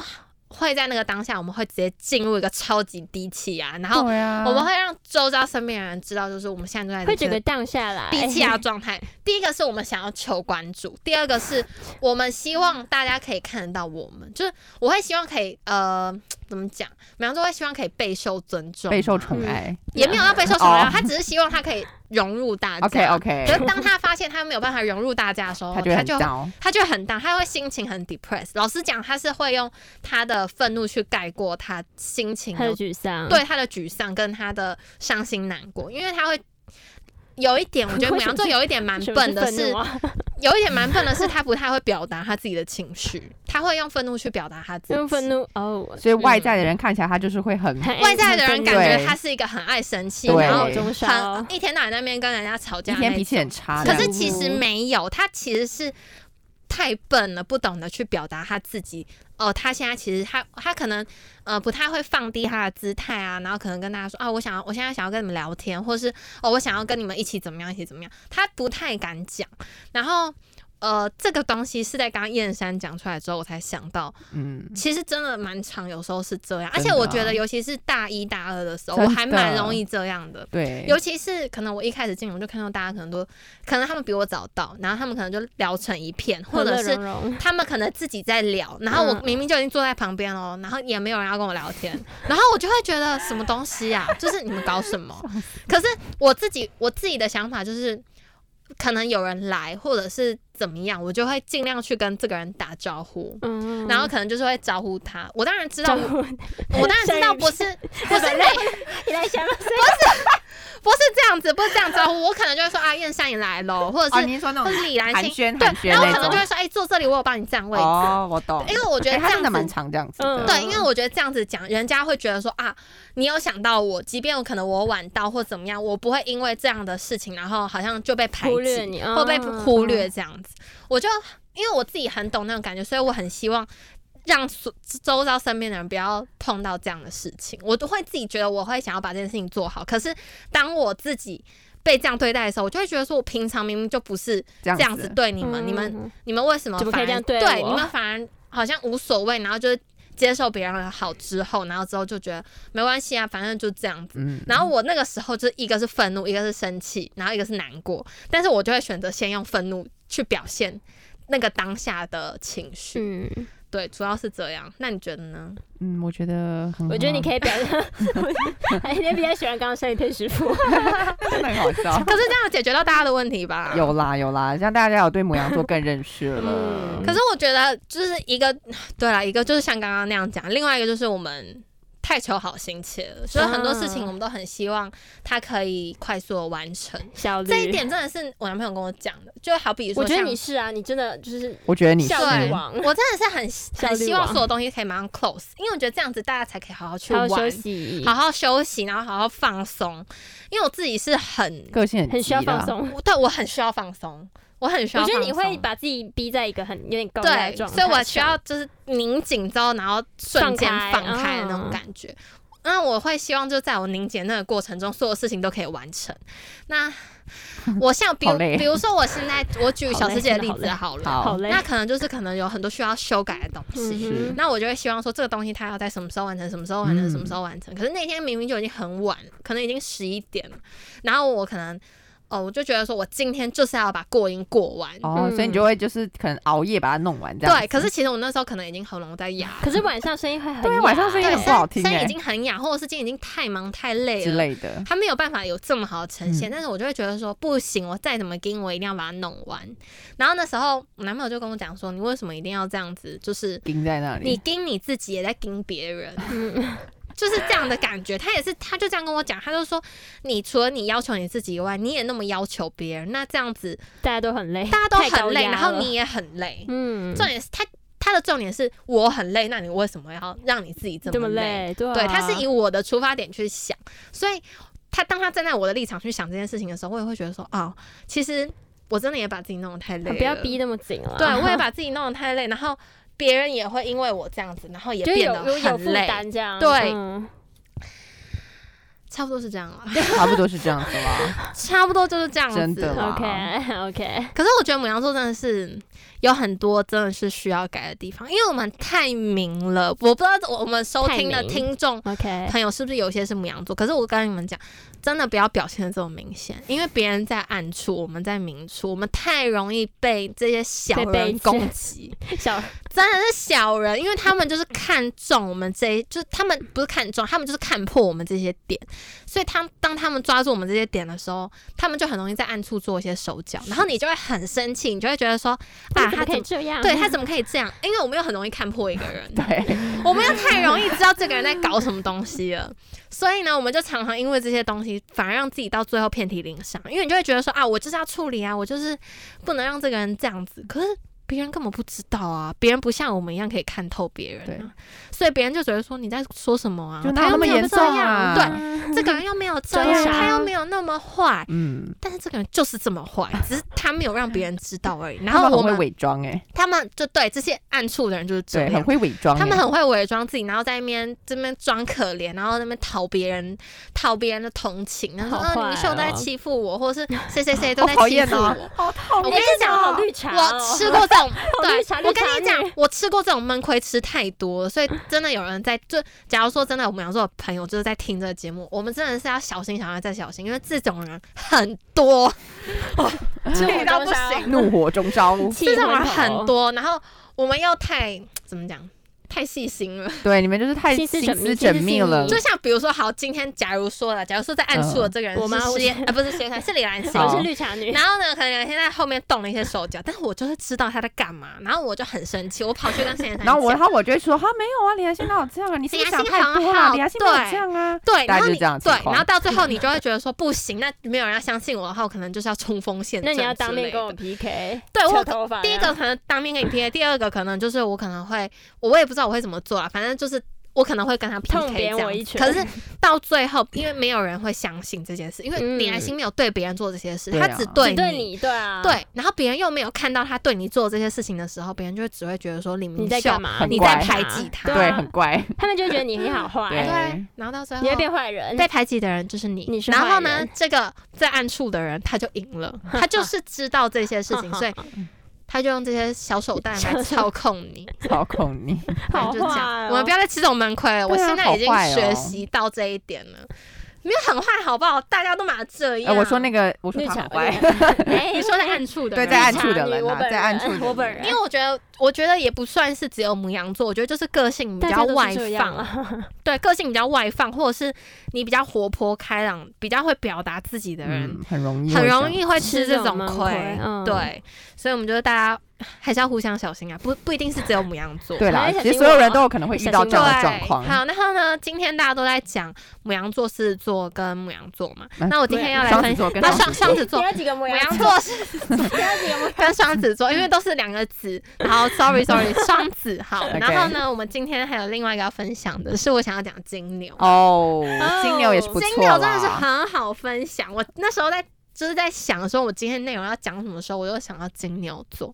会在那个当下，我们会直接进入一个超级低气压、然后哦对啊，我们会让周遭身边的人知道，就是我们现在正在会这整个个荡下来，低气哎 压状态。第一个是我们想要求关注，第二个是我们希望大家可以看得到我们，就是我会希望可以呃怎么讲，比方说会希望可以备受尊重，备受嗯宠爱。也没有要备受什么哦呀，他只是希望他可以融入大家。 OK 可 OK，是当他发现他没有办法融入大家的时候，他他就就嗯会很糟，他就很大，他会心情很 depressed。老实讲，他是会用他的愤怒去盖过他心情他有的沮丧，对他的沮丧跟他的伤心难过，因为他会有一 点，我觉得母羊座有一点蛮什么笨的愤是怒，啊，有一点蛮笨的是，他不太会表达他自己的情绪，他会用愤怒去表达他 自己。用愤怒哦，所以外在的人看起来他就是 会很哎很外在的人感觉对他是一个很爱生气，对然恼后中烧很，一天到晚在那边跟人家吵一架天那脾种。气很差这可样子。是其实没有，他其实是太笨了，不懂得去表达他自己。哦、他现在其实他他可能呃不太会放低他的姿态啊，然后可能跟大家说啊，我想要我现在想要跟你们聊天，或是哦我想要跟你们一起怎么样一起怎么样，他不太敢讲。然后呃这个东西是在刚刚燕山讲出来之后，我才想到，嗯，其实真的蛮长，有时候是这样，而真且的我啊觉得尤其是大一大二的时候，真我的还蛮容易这样的。对，尤其是可能我一开始进我就看到大家可能都，可能他们比我早到，然后他们可能就聊成一片，或者和乐是融 融他们可能自己在聊，然后我嗯明明就已经坐在旁边喽，然后也没有人要跟我聊天， 然后我就会觉得什么东西 啊，就是你们搞什么？可是我自己我自己的想法就是，可能有人来或者是怎么样，我就会尽量去跟这个人打招呼。嗯，然后可能就是会招呼他，我当然知道，招我呼，我当然知道不 是不是每 你来想到谁？不是这样子，不是这样招呼，我可能就会说啊，燕山你来喽，或者哦，是、你是说那或种是李兰寒心，暄对寒，暄然后我可能那就种会？说，哎、坐这里，我有帮你占位置，哦，我懂。因为我觉得哎这他真的样蛮子。常这样子嗯的，对，因为我觉得这样子讲，人家会觉得说啊，你有想到我，即便有可能我晚到或怎么样，我不会因为这样的事情，然后好像就被排忽略挤，你，或被嗯忽略，这样子。我就因为我自己很懂那种感觉，所以我很希望让所周遭身边的人不要碰到这样的事情。我都会自己觉得我会想要把这件事情做好，可是当我自己被这样对待的时候，我就会觉得说我平常明明就不是这样这样子对你们，嗯你们嗯你们为什么怎么可反以而这样对对我你们反而好像无所谓，然后就是接受别人的好之后，然后之后就觉得没关系啊，反正就这样子。嗯，然后我那个时候就是一个是愤怒，一个是生气，然后一个是难过，但是我就会选择先用愤怒去表现那个当下的情绪。嗯，对，主要是这样。那你觉得呢？嗯，我觉得很好，我觉得你可以表 现，还是比较喜欢刚刚上一天师傅，真 的很好笑。可是这样解决到大家的问题吧？。有啦有啦，让大家有对母羊座更认识了。嗯可是我觉得就是一个，对啦，一个就是像刚刚那样讲，另外一个就是我们太求好心切了，所以很多事情啊我们都很希望它可以快速的完成。效率，这一点真的是我男朋友跟我讲的，就好比说我觉得像你是啊，你真的就是我觉得你是效率对王，我真的是很效 很率希望嗯王所有东西可以马上 close，因为我觉得这样子大家才可以好好去还玩，有休息，好好休息，然后好好放松。因为我自己是很，个性很需要急啦放松。我对我很需要放松，我很需要我放觉松。得你会把自己逼在一个很有点高压的对，状态所上，以我需要就是拧紧之后，然后瞬间放开放开的那种嗯感觉。那我会希望就在我凝结那个过程中，所有事情都可以完成。 那我像比好如累比如说我现在我举好小累师姐的真的例好子累好了，好好累。那可能就是可能有很多需要修改的东西。嗯哼那我就会希望说，这个东西它要在什么时候完成，什么时候完成，什么时嗯候完成。可是那天明明就已经很晚，可能已经十一点了，然后我可能，哦，我就觉得说我今天就是要把过音过完。哦，所以你就会就是可能熬夜把它弄完这样子。对，可是其实我那时候可能已经喉咙在哑了，可是晚上声音会很对啊哑晚上声音对，很不好 听声音欸已经很哑，或者是今天已经太忙太累之了。类的，他没有办法有这么好的呈现，嗯但是我就会觉得说不行，我再怎么盯，我一定要把它弄完。然后那时候我男朋友就跟我讲说，你为什么一定要这样子？就是钉在那你里。盯你自己，也在盯别人，嗯 就是这样的感觉。他也是，他就这样跟我讲，他就说，你除了你要求你自己以外，你也那么要求别人，那这样子大家都很累，大家都太高很累，压然后了你也很累。嗯重点是他他的重点是我很累，那你为什么要让你自己这这么么累？累，对啊对，他是以我的出发点去想，所以他当他站在我的立场去想这件事情的时候，我也会觉得说，哦，其实我真的也把自己弄得太累了，不要逼，那么紧了，啊对我也把自己弄得太累，然后别人也会因为我这样子，然后也就变有得有有很负累，担这样，对嗯差不多是这样了， 差不多是这样子 啦。差不多就是这样真子的啦 哇，OK OK，可是我觉得母羊座真的是有很多真的是需要改的地方，因为我们太明了，我不知道我们收听的太明听众 OK，朋友是不是有一些是母羊座？可是我跟你们讲，真的不要表现的这么明显，因为别人在暗处，我们在明处，我们太容易被这些小被背人刺攻击。小真的是小人，因为他们就是看中我们这一，就是他们不是看中，他们就是看破我们这些点，所以他当他们抓住我们这些点的时候，他们就很容易在暗处做一些手脚，然后你就会很生气，你就会觉得说啊，啊，他怎怎么可以么这样？对 他怎么可以这样？因为我们又很容易看破一个人，对，我们又太容易知道这个人在搞什么东西了，所以呢，我们就常常因为这些东西，反而让自己到最后遍体鳞伤，因为你就会觉得说啊，我就是要处理啊，我就是不能让这个人这样子，可是。别人根本不知道啊，别人不像我们一样可以看透别人、啊，所以别人就只会说你在说什么啊，就哪他又有那么没有严这重样，啊对，这个人又没有这装样，傻他又没有那么坏，嗯，但是这个人就是这么坏，只是他没有让别人知道 而已。然他后们我很会们伪装哎，他们就对这些暗处的人就是这对，样，很会伪装欸。他们很会伪装自己，然后在那边这边装可怜，然后那边讨别人讨别人的同情，然后说、好坏呃、你们秀都在哦欺负我，或是谁谁 谁都好在讨欺厌负哦我。 好讨我跟你讲好哦绿茶哦，我 吃过这种，绿对茶，绿我跟茶你讲女，我吃过这种闷亏吃太多了，所以真的有人在，就假如说真的我们要做的朋友就是在听这个节目，我们真的是要小心，想要再小心，因为这种人很多，气气到不行，怒火中烧。这气种人昏头很多，然后我们又太怎么讲，太细心了。对，你们就是太心思心缜密思心缜思密细了腻。就像比如说，好，今天假如说了，假如说在暗处的这个人嗯我吗是我实 验，啊，不是实验，是李兰心。我好是绿茶女，然后呢，可能现在后面动了一些手脚，但是我就是知道他在干嘛，然后我就很生气，我跑去跟谢 妍然后我，然后我就会说，哈，没有啊，李亚欣哪有这样啊？你是不李是想雅欣太很多了？好李亚欣没有对这样啊。对，大然概后就是你这样的对情，况然后到最后你就会觉得说不行，那没有人要相信我的话，我可能就是要冲锋陷那阵。你要当面跟我。PK，对我扯头发，第一个。可能当面跟你 PK，第二个可能就是我可能会，我也不知道我会怎么做啊啦，反正就是我可能会跟他痛 PK 扁这我样一子。拳可是到最后，因为没有人会相信这件事，因为李兰心没有对别人做这些事，对他啊只嗯只对对你，对啊，，对，然后别人又没有看到他对你做这些事情的时候，别人就会只会觉得说李明秀你在干嘛？很你怪在排挤他，对对，啊很怪。 他们就会觉得你很好啊对坏，对然后到最后你会变坏人。被排挤的人就是你，你是然后坏呢人，这个在暗处的人他就赢 了，他就是知道这些事情，所以他就用这些小手段来操控你，操控你，反好正就这样。坏哦，我们不要再吃这种闷亏了，我对啊现在好已经坏哦学习到这一点了，没有很坏好不好？大家都嘛这哎，样。我说那个，我说绿他茶很坏，哎，你说在暗处的对，人，在暗处茶的女人我啊，本在暗人处的我本人因为我觉得，我觉得也不算是只有母羊座，我觉得就是个性比大较家都外是这样放，啊，对，个性比较外放，或者是你比较活泼开朗，比较会表达自己的人，嗯，很容易，很容。易会吃吃这这种种闷亏亏。嗯对，所以我们觉得大家还是要互相小心啊，不不一定是只有母羊座。对小啦，心其实所有我人都有可能会遇小到心这样我的状况。好，然后呢，今天大家都在讲母羊座、狮子座跟母羊座嘛，嗯那我今天要来双分啊子座跟那双双子座双子座你。有几个模母样？羊座是你有几个模样？ 跟双子座，因为都是两个子。好，sorry sorry，双子好。 OK 然后呢，我们今天还有另外一个要分享的是，我想要讲金牛。哦，金牛也是不金错牛啦，真的是很好分享。我那时候在就是在想说，我今天内容要讲什么时候，我又想到金牛座。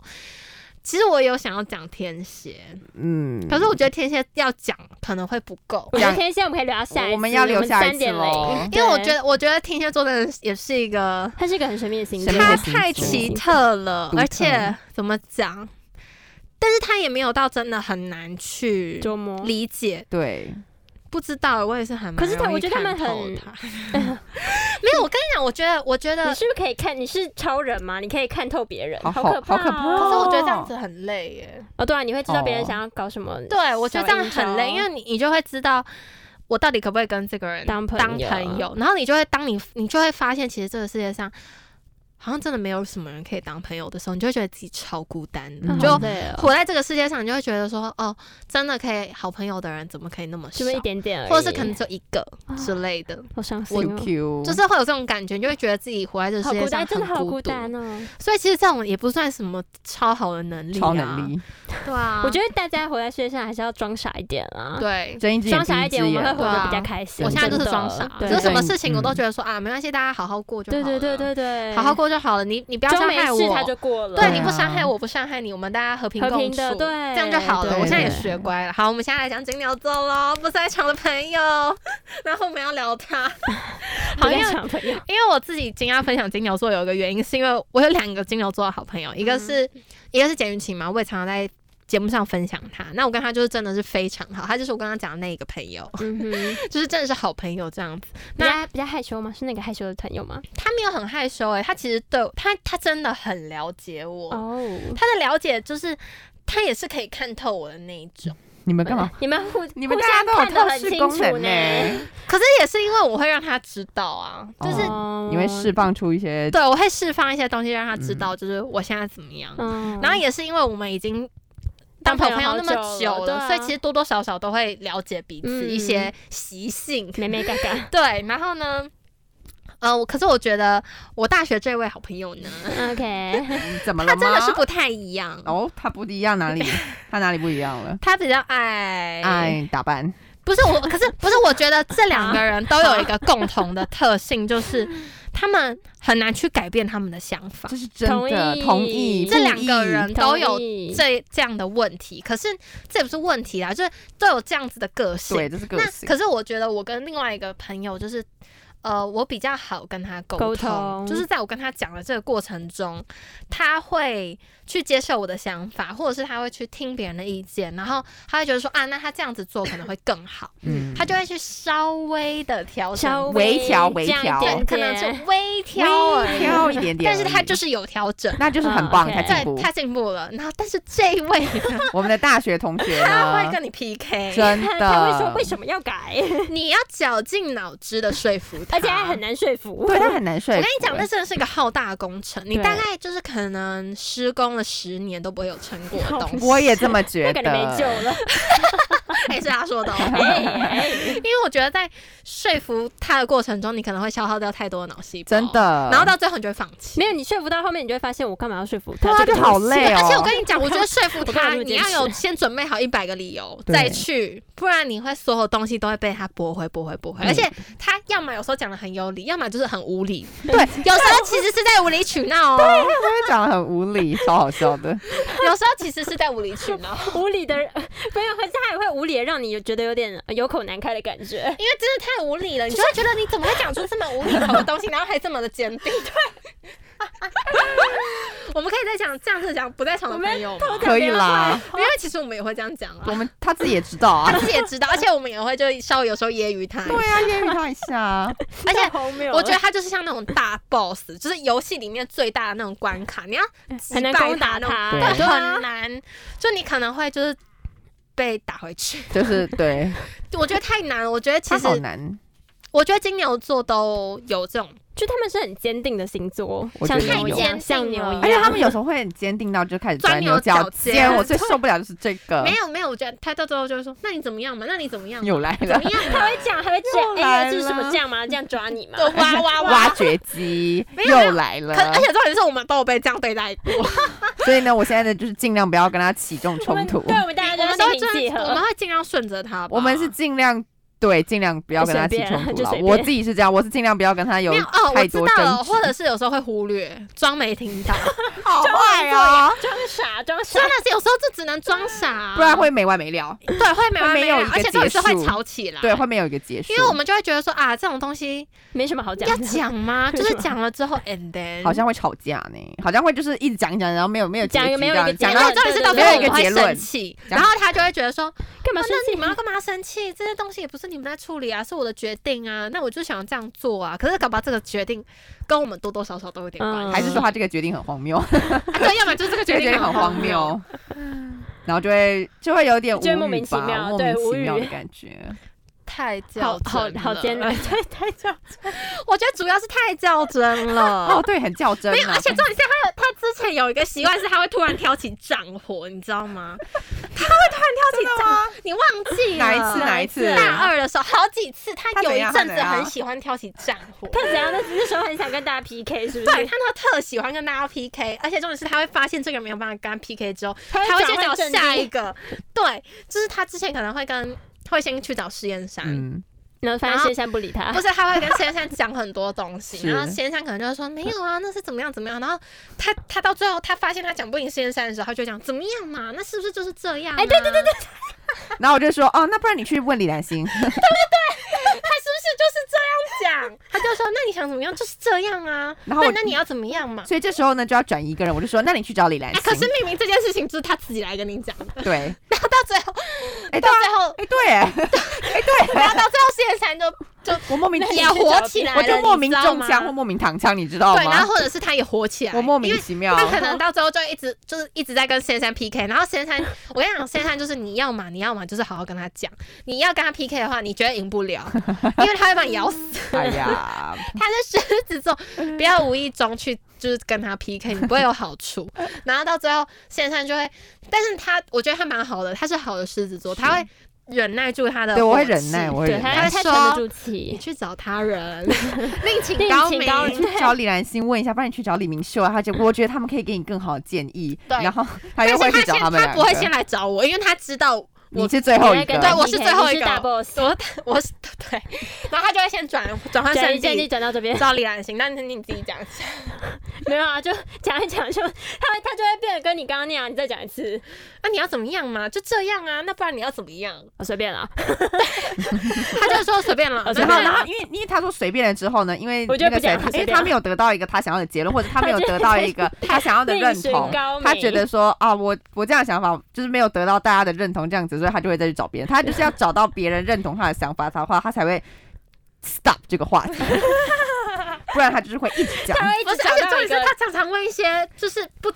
其实我有想要讲天蝎，嗯，可是我觉得天蝎要讲可能会不够。我觉得天蝎我们可以留到下一次，我们要留下一次三点咯零，因为我觉对得，我觉得天蝎座的人也是一个，它是一个很神秘的星座，神秘他的太星座奇特了，独特而且怎么讲？但是他也没有到真的很难去周末理解，对，不知道我也是还蛮可是他容易我觉得他们看透很 他没有。我跟你讲，我觉得，我觉你得，是不是可以看？你是超人吗？你可以看透别人，好可好好怕、哦，可怕可哦是我觉得这样子很累耶。哦，对啊，你会知道别人哦想要搞什么，对，我觉得这样很累，因小阴招为你你就会知道我到底可不可以跟这个人当朋当友啊朋友，然后你就会当你你就会发现，其实这个世界上好像真的没有什么人可以当朋友的时候，你就会觉得自己超孤单的，你嗯那就好累哦活在这个世界上，你就会觉得说，哦，真的可以好朋友的人怎么可以那么少就，一点啊点而已，或者是可能就一个之类的，好伤心、 q 哦， Q，就是会有这种感觉，你就会觉得自己活在这个好世界孤上单，真的好很孤独。单哦。所以其实这种也不算什么超好的能力、啊，超能，力，对啊，我觉得大家活在世界上还是要装傻一点啊，对。睁一只眼装傻一闭一点，只我们会眼。活得比较开心。啊我现在就是真的装傻，对就是什么对事情我都嗯觉得说啊，没关系，大家好好过就好对了。对对对对，好好过就好了。你你不要装伤没害事，我，它嗯就过了。对， 对你不伤害啊我，我不伤害你，我们大家和平和共平处，的对这样就好了。对我现在也对学乖了。好，我们现在来讲金牛座喽，不在场的朋友， 然后我们要聊 他。好，因为像朋 友，因为我自己今天要分享金牛座有一个原因，是因为我有两个金牛座的好朋嗯友，一个是、一个是简云晴嘛，我也常常在。节目上分享他，那我跟他就是真的是非常好，他就是我刚刚讲的那一个朋友， 嗯哼，就是真的是好朋友这样子。比那较比较害羞吗？是那个害羞的朋友吗？他没有很害羞诶、他其实对我他他真的很了解我，哦，他的了解就是他也是可以看透我的那一种，你们干嘛？你们互你们互大家相都有看得透很视清功楚能呢，呢，可是也是因为我会让他知道啊，就是、哦你会释放出一些对我会释放一些东西让他知道，就是我现在怎么样。嗯，然后也是因为我们已经当当朋朋友那友么好久久了了，对啊所以其实多多少少都会了解彼此嗯一些习性。妹妹嘎 嘎，对，然后呢，呃，我可是我觉得我大学这位好朋友呢， OK，嗯怎么他了真吗？的是不太一样。哦，他不一样哪里？他哪里不一样了？他比较爱爱打扮，不是 我，可是不是我觉得这两个人都有一个共同的特性， 就是他们很难去改变他们的想法这。是真的，同同意意。这不两个意人都有同意这这样的问题，可是这也不是问题啦，就是都有这样子的个性。对，这是个那性。可是我觉得我跟另外一个朋友就是。呃，我比较好跟他沟沟通就是在我跟他讲的这个过程中，他会去接受我的想法，或者是他会去听别人的意见，然后他会觉得说啊，那他这样子做可能会更好，嗯他就会去稍微的调整，稍微调微这样一调对，点可能点是微调而已，挑一哎点点但而已，是他就是有调整，那就是很嗯棒， ，OK 他对进步，。他进步了。然后，但是这一位呢我们的大学同学他会呢，跟你 PK，真他他会说的为，什么要改，你要绞尽脑汁的说服他，而且还很。难说服。对他很难说我服。跟你讲，那真的是一个浩大工程，你对大概就是可能施工了十年都不会有成果的 东西。我也这么觉那得感觉，没救了。也是他说的、哦，哎， 因为我觉得在说服他的过程中，你可能会消耗掉太多的脑细胞，真。的。哦然后到最后你就会放弃没。有，你说服到后面，你就会发现我干嘛要说服对他？啊，这就个东好西累哦。而且我跟你讲，我觉得说服我干嘛他，那么你坚要持有先准备好一百个理由对再去，不然你会所有东西都会被他驳回、驳回、驳回。嗯而且他要么有时候讲的很有理，要么就是很无理，对，有时候其实是在无理取闹哦，他会讲的很无理，超好笑的。有时候其实是在无理取闹，无理的人， 没有，可是他也会无理的让你觉得有点有口难开的感觉。因为真的太无理了，你就会觉得你怎么会讲出这么无厘头的东西，然后还这么的坚定？对。 我们可以再讲这样子讲不在场的朋友吗，可以 啦，因为其实我们也会这样讲啊我，们他自己也知道 啊他。自己也知道，而且我们也会就稍微有时候揶揄他一下对啊，揶揄他一下啊。而且太荒谬了我觉得他就是像那种大 boss，就是游戏里面最大的那种关卡，你要击 很难败攻打那种他，对对，对啊很难，就你可能会就是被打回去。就是对，我觉得太难了，我觉得其他好实，难。我觉得金牛座都有这种，就他们是很坚定的星座，我像觉得牛一有样，像牛一样，而且他们有时候会很坚定到就开始钻牛角钻牛角尖，尖我最受不了就是这个没。有没有，我觉得他到最后就会说，那你怎么样嘛？那你怎么样嘛？又来 怎了，么样啊他嘛？会这样，他会这又样，来哎，了这是什么这样吗？这样啊抓你吗？就哇哇挖嗯哇！掘机啊没有没有又来了可。哎而且重点是我们都有被这样对待过，所以呢，我现在呢就是尽量不要跟他起这种我冲们突对，我们大家我都们啊是都会心平真气的，我们和。会尽量顺着他吧。我们是尽量对，尽量不要跟他起冲就随突便就了随。便我自己是这样，我是尽量不要跟他有没有哦，我太知多道争了，执或。者是有时候会忽略，装没听 到，好坏啊，装傻装傻真，的是有时候就只能装傻啊，不然会没完没了。对会没完没会没有了一，个而且这种是结束会吵起来，对，会没有一个结束。因为我们就会觉得说啊，这种东西没什么好讲要的。讲 吗？为就什么是讲了之后，and then 好像会吵架呢，好像会就是一直讲一讲，然后没有没有讲一结个局没有这样一个讲结没到有论重点是到最后我们会生气，对对对然后他就会觉得说，干嘛啊生那气你们要干嘛生气？这些东西也不是你们在处理啊，是我的决定啊，那我就想这样做啊。可是搞不好这个决定跟我们多多少少都有点关嗯系，还是说他这个决定很荒谬，啊 对，要么就是这 个这决个决定定很荒。谬，然后就会就会有点无就会语吧，莫名其妙莫对名无其语妙的感觉。太较好好真好了 艰难，对，太这样。我觉得主要是太较真了哦，。对，很较真没有，啊而，且重点是他有他之前有一个习惯是他会突然挑起战火，你知道吗？他会突然挑起战火，你忘记哪一了次哪一次？大二的时候，好几次，他他有怎一样阵他子怎样很喜欢挑起战火。他怎样？他只是说很想跟大家 PK，是不对是？他那特喜欢跟大家 PK，而且重点是他会发现这个人没有办法跟他 PK 之后，他他会先转找换阵下地一个。对，就是他之前可能会跟会先去找实验山，嗯，然后发现谢珊不理他不，是他会跟实验山讲很多东西，是然后实验山可能就会说没有啊，那是怎么样怎么样。然后他他到最后他发现他讲不赢实验山的时候，他就讲怎么样嘛，那是不是就是这样、哎，对对对对，然后我就说，哦，那不然你去问李兰心，他是不是就是这样讲？他就说那你想怎么样就是这样啊，然后我嗯那那你要怎么样嘛？所以这时候呢就要转移一个人，我就说，那你去找李兰哎、心。可是明明这件事情就是他自己来跟你讲的，对，然后到最后，哎到对啊最后，哎对，哎 对，然后到最后谢山就就我莫名也火起来了，我就莫名你知道中吗枪或莫名躺枪，你知道对，然吗后？或者是他也火起来，我莫名因为其 妙。他可能到最后就一直就是一直在跟仙山 PK，然后仙山，我跟你讲，仙山就是你要嘛，你要嘛，就是好好跟他讲，你要跟他 PK 的话，你绝对赢不了，因为他会把你咬死。 哎呀，他是狮子座，不要无意中去就是跟他 PK，你不会有好 处。然后到最后，仙山就会，但是他我觉得他蛮好的，他是好的狮子座，他会忍耐住他的，对我会忍耐，。我会对忍他耐他。他太说沉得住你气，去找他 人，另请另高请明。高你去找李兰心问一下，不然你去找李明秀啊，他就我觉得他们可以给你更好的建议，对然后他但是又会去他找先，们两不会先个。来找我，因为他知道你是最后一你会跟个，对他我是 PK 最后一你个是大 boss，我我是 对，然后他就会先转转换转圣移阵地地，转到这边，找李兰心。但是你自己讲一 下，没有啊，就讲一讲，就他会他就会变得跟你刚刚那样，你再讲一次，那、啊你要怎么样嘛？就这样啊，那不然你要怎么样？我随便啦， 他就说随便了，哦随然然后，后呢？然后，便因为 因为他说随便了之后呢，因为我觉那得个不讲谁话，因随为便他没有得到一个他想要的结论，或者他没有他觉得得到一个他想要的另认寻同高，他明觉得说啊，我我这样的想法就是没有得到大家的认同，这样子，所以他就会再去找别人，他就是要找到别人认同他的想法的话，他才会 stop 这个 话题，不然他就是会一直讲，他会一不直是，找而且重到一点是个他常常问一些就是不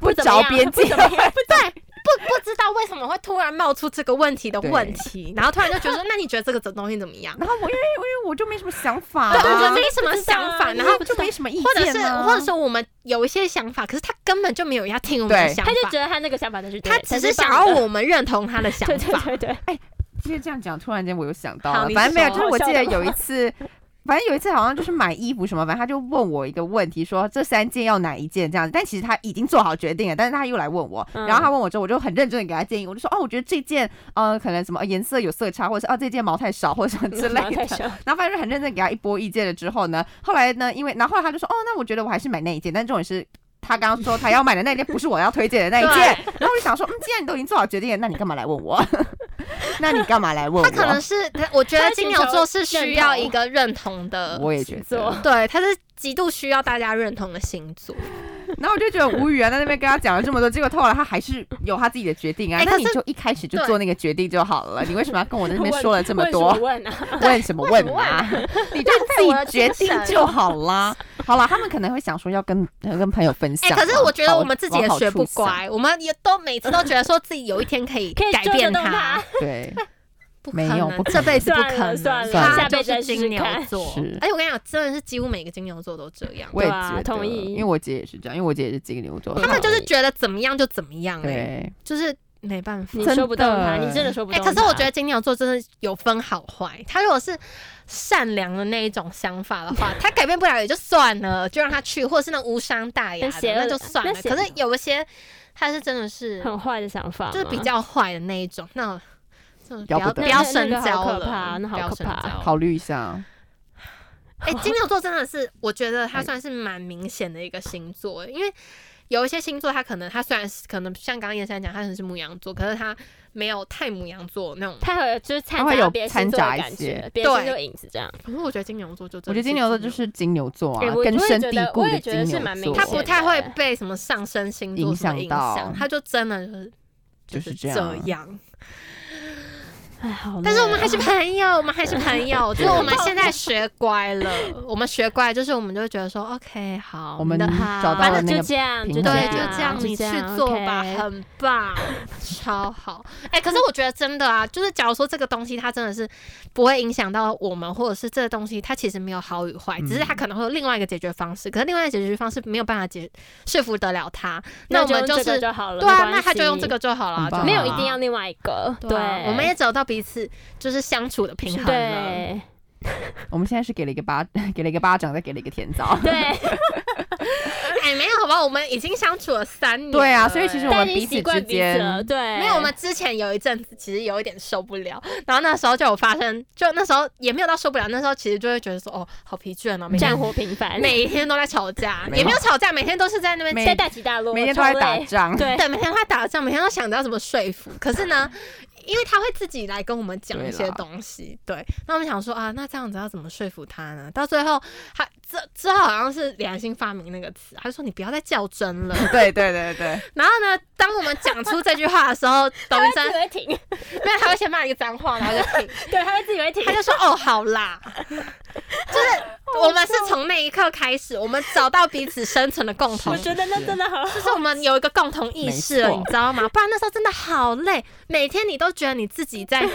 不着怎么样边不际怎。么样，不对。不不知道为什么会突然冒出这个问题的对问题，然后突然就觉得说，那你觉得这个东西怎么样？ 然后我因为因为我就没什么想法、 对，我觉得啊，没什么想法，然后就没什么意或者见、是啊，或者说我们有一些想法，可是他根本就没有要听我们的对想法他，就觉得他那个想法才是对他的只才是是想棒要的我们认同他的想对法。对对对，其实这样讲，突然间我又想到好了，你反正没有，就是说我好记笑得的有一次，反正有一次好像就是买衣服什么，反正他就问我一个问题，说这三件要哪一件这样子，但其实他已经做好决定了，但是他又来问我，嗯然后他问我之后，我就很认真的给他建议，我就说哦，我觉得这件呃可能什么呃颜色有色差，或者是哦这件毛太少，或者什么之类嗯毛的太。少然后反正就很认真给他一波意见了之后呢，后来呢，因为然后后来他就说哦，那我觉得我还是买那一件，但这种是。他刚刚说他要买的那一件不是我要推荐的那一件， 然后我就想说，嗯，既然你都已经做好决定了，那你干嘛来问我？那你干嘛来问我？他可能是，他我觉他得寻金牛座是求认需要同一个认同的，我 也觉座得，对，他是极度需要大家认同的星座。然后我就觉得无语啊，在那边跟他讲了这么多，结果后来他还是有他自己的决定啊。哎那可你是就一开始就做那个决定就好了，你为什么要跟我在那边问说了这么问什多？问啊， 问什么问啊？ 你就自己决浪费我定的精神就好 啦。好啦，他们可能会想说要跟呃跟朋友分哎、享啊。可是我觉得好我们自己也学不。往好乖，我们也都每次都觉得说自己有一天可以 可以改揪得变动它他，处 想对，不可没有不能，可这辈子不能可能，算了算了他下辈就子再是试试金牛看座是。而且我跟你讲，真的是几乎每个金牛座都这样，我也对啊觉得，同意因为我姐也是这样，因为我姐也是金牛座。他们就是觉得怎么样就怎么样、哎，对，就是没办法。你说不动他，真的你真的说不哎、动他。可是我觉得金牛座真的有分好坏。他如果是善良的那一种想法的 话，他改变不了也就算了，就让他去，或者是那无伤大雅很的邪恶那的啊就算了。那邪可是有一些他是真的是很坏的想法吗，就是比较坏的那一种，那嗯要不不要得要那深那个好交可了，怕啊那好不要可深怕 交考虑一下。哎、金牛座真的是，我觉得哎它算是蛮明显的一个星座，因为有一些星座，它可能它虽然是可能像刚刚燕珊讲，它可能是母羊座，可是它没有太母羊座那种。他会就是掺它会有杂别的星座掺杂的一感觉些，别的星对座影子这样。可是我觉得金牛座就真的我觉得金牛座就牛是金牛座哎啊我，根我也深觉蒂得固我的也觉得金是牛蛮明座，他显不的太会被什么上升星座影什么响影到响，他就真的就是就是啊这这样。样。哎，好累哦。但是我们还是朋友，我们还是朋友，就是我们现在学乖了，我们学乖，就是我们就觉得说，OK，好，我们你的找到了反正那个就这样，平就衡对，点就这这样，你去做吧，很棒，超好。哎、可是我觉得真的啊，就是假如说这个东西它真的是不会影响到我们，或者是这个东西它其实没有好与坏，只是它可能会有另外一个解决方式，可是另外一个解决方式没有办法解说服得了他，那那我们就用是这个就好了。对啊，没关那他就用这系个就好了啊很，棒就没有好一了定要另外一个，对对啊，，我们也找到彼此就是相处的平衡了。对我们现在是给了一个巴， 给了一个巴掌，再给了一个甜枣。 对，哎，没有，好吧，我们已经相处了三年了。对啊，所以其实哎我大们家已彼经此习惯之彼此了，间，对，没有，我们之前有一阵子其实有一点受不了，然后那时候就有发生，就那时候也没有到受不了，那时候其实就会觉得说，哦，好疲倦哦，每战天火频繁，每一天都在吵架，嗯 没有也没有吵架，每天都是在那边每在大起大 落，每天都在超打累 仗。对，对，每天都在打仗，每天都想着要怎么说服。可是 呢，因为他会自己来跟我们讲一对些啦东西，对。那我们想说啊，那这样子要怎么说服他呢？到最后，他之之后好像是良心发明那个词，他就说你不要再较 真了。 对对对 对，然后呢，当我们讲出这句话的时候，董医 他自生己会停， 没有，他会先骂一个脏话，然后就停，对，他会自己会停他。就说哦，好啦。就是我们是从那一刻开始，我们找到彼此生存的共同我觉得那真 的很好，，就是我们有一个共同意识了，没你错知道吗？不然那时候真的好累，每天你都觉得你自己 在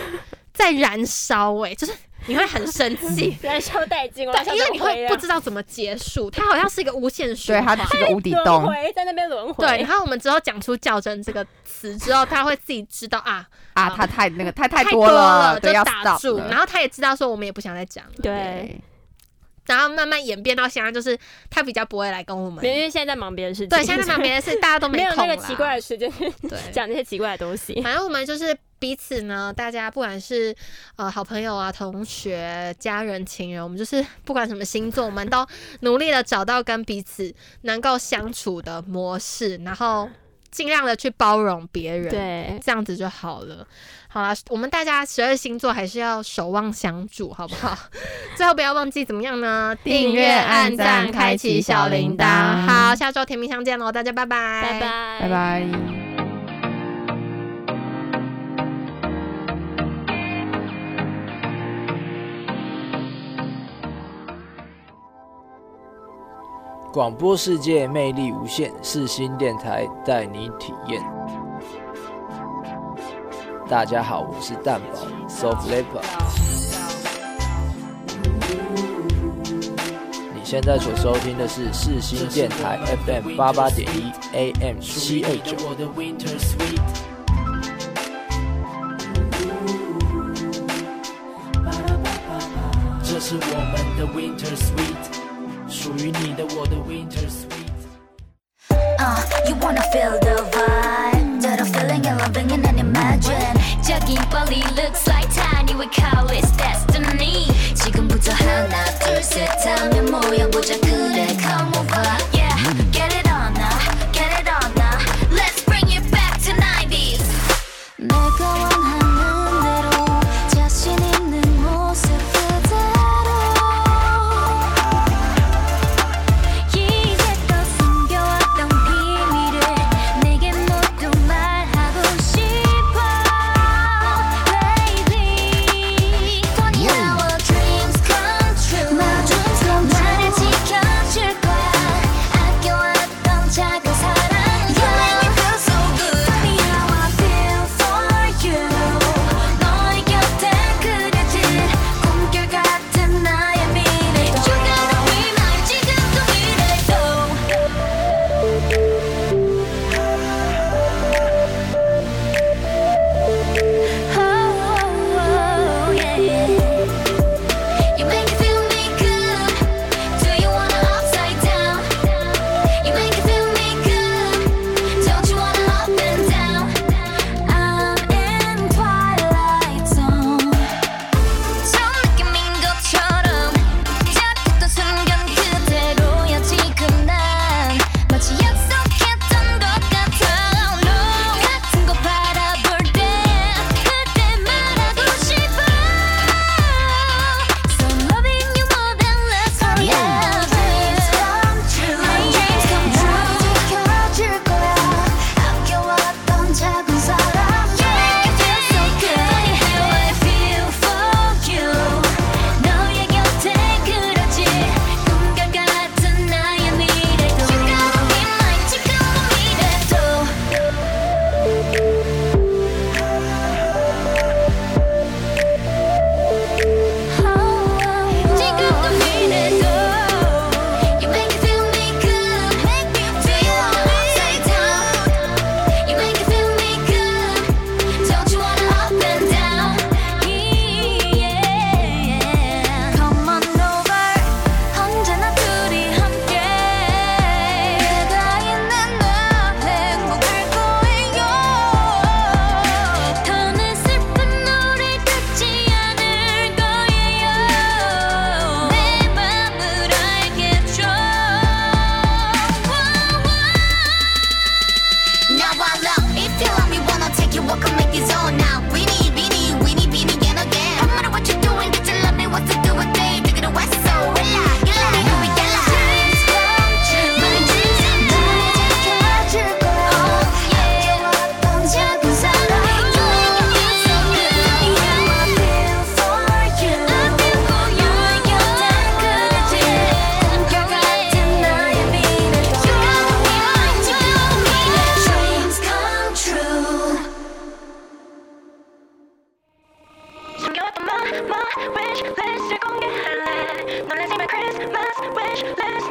在燃烧，哎，就是你会很生气 燃烧殆尽，我要对，因为你会不知知道怎么结束，它好像是一个无限循啊对，它环。是个无底轮洞。回在那边轮回，对，然后我们之后讲出“较真”这个词之后，他会自己知道啊，啊，他太那个太太多了，就对，要打 stop 住。了然后他也知道说我们也不想再讲了，对，，然后慢慢演变到现在，就是他比较不会来跟我们因。为现在在忙别的事情，对，现在忙别的事，大家都 没有空那个啦奇怪的时间去对，讲那些奇怪的东西。反正我们就是彼此呢，大家不管是呃好朋友啊、同学、家人、情人，我们就是不管什么星座，我们都努力的找到跟彼此能够相处的模式，然后尽量的去包容别人。。对，这样子就好了。好啦，我们大家十二星座还是要守望相助，好不好？ 最后不要忘记怎么样呢？订阅按赞开启小铃铛好，下周甜蜜相见喽，大家拜拜，拜拜，拜。拜。广播世界魅力无限，四新电台带你体验。大家好，我是蛋宝 Soft Leopard。你现在所收听的是四新电台 FM 八八点一 AM 七二九。我的 Winter Sweet。这是我们的 Winter Sweet，属于你的我的 Winter Sweet。 Uh, you wanna feel the vibe that I'm feeling and loving and then imagine 저기 빨리 looks like tiny with colors destiny 지금부터 하나 둘셋 하면 모여 보자 그래 come over yeah get it on now get it on now let's bring it back to 90s 내가 원하는 대로 자신 있는 모습 그대로 이제껏 숨겨왔던 비밀을 내게 모두 말하고 싶어 Baby For now our dreams come true My dreams come true Oh, let's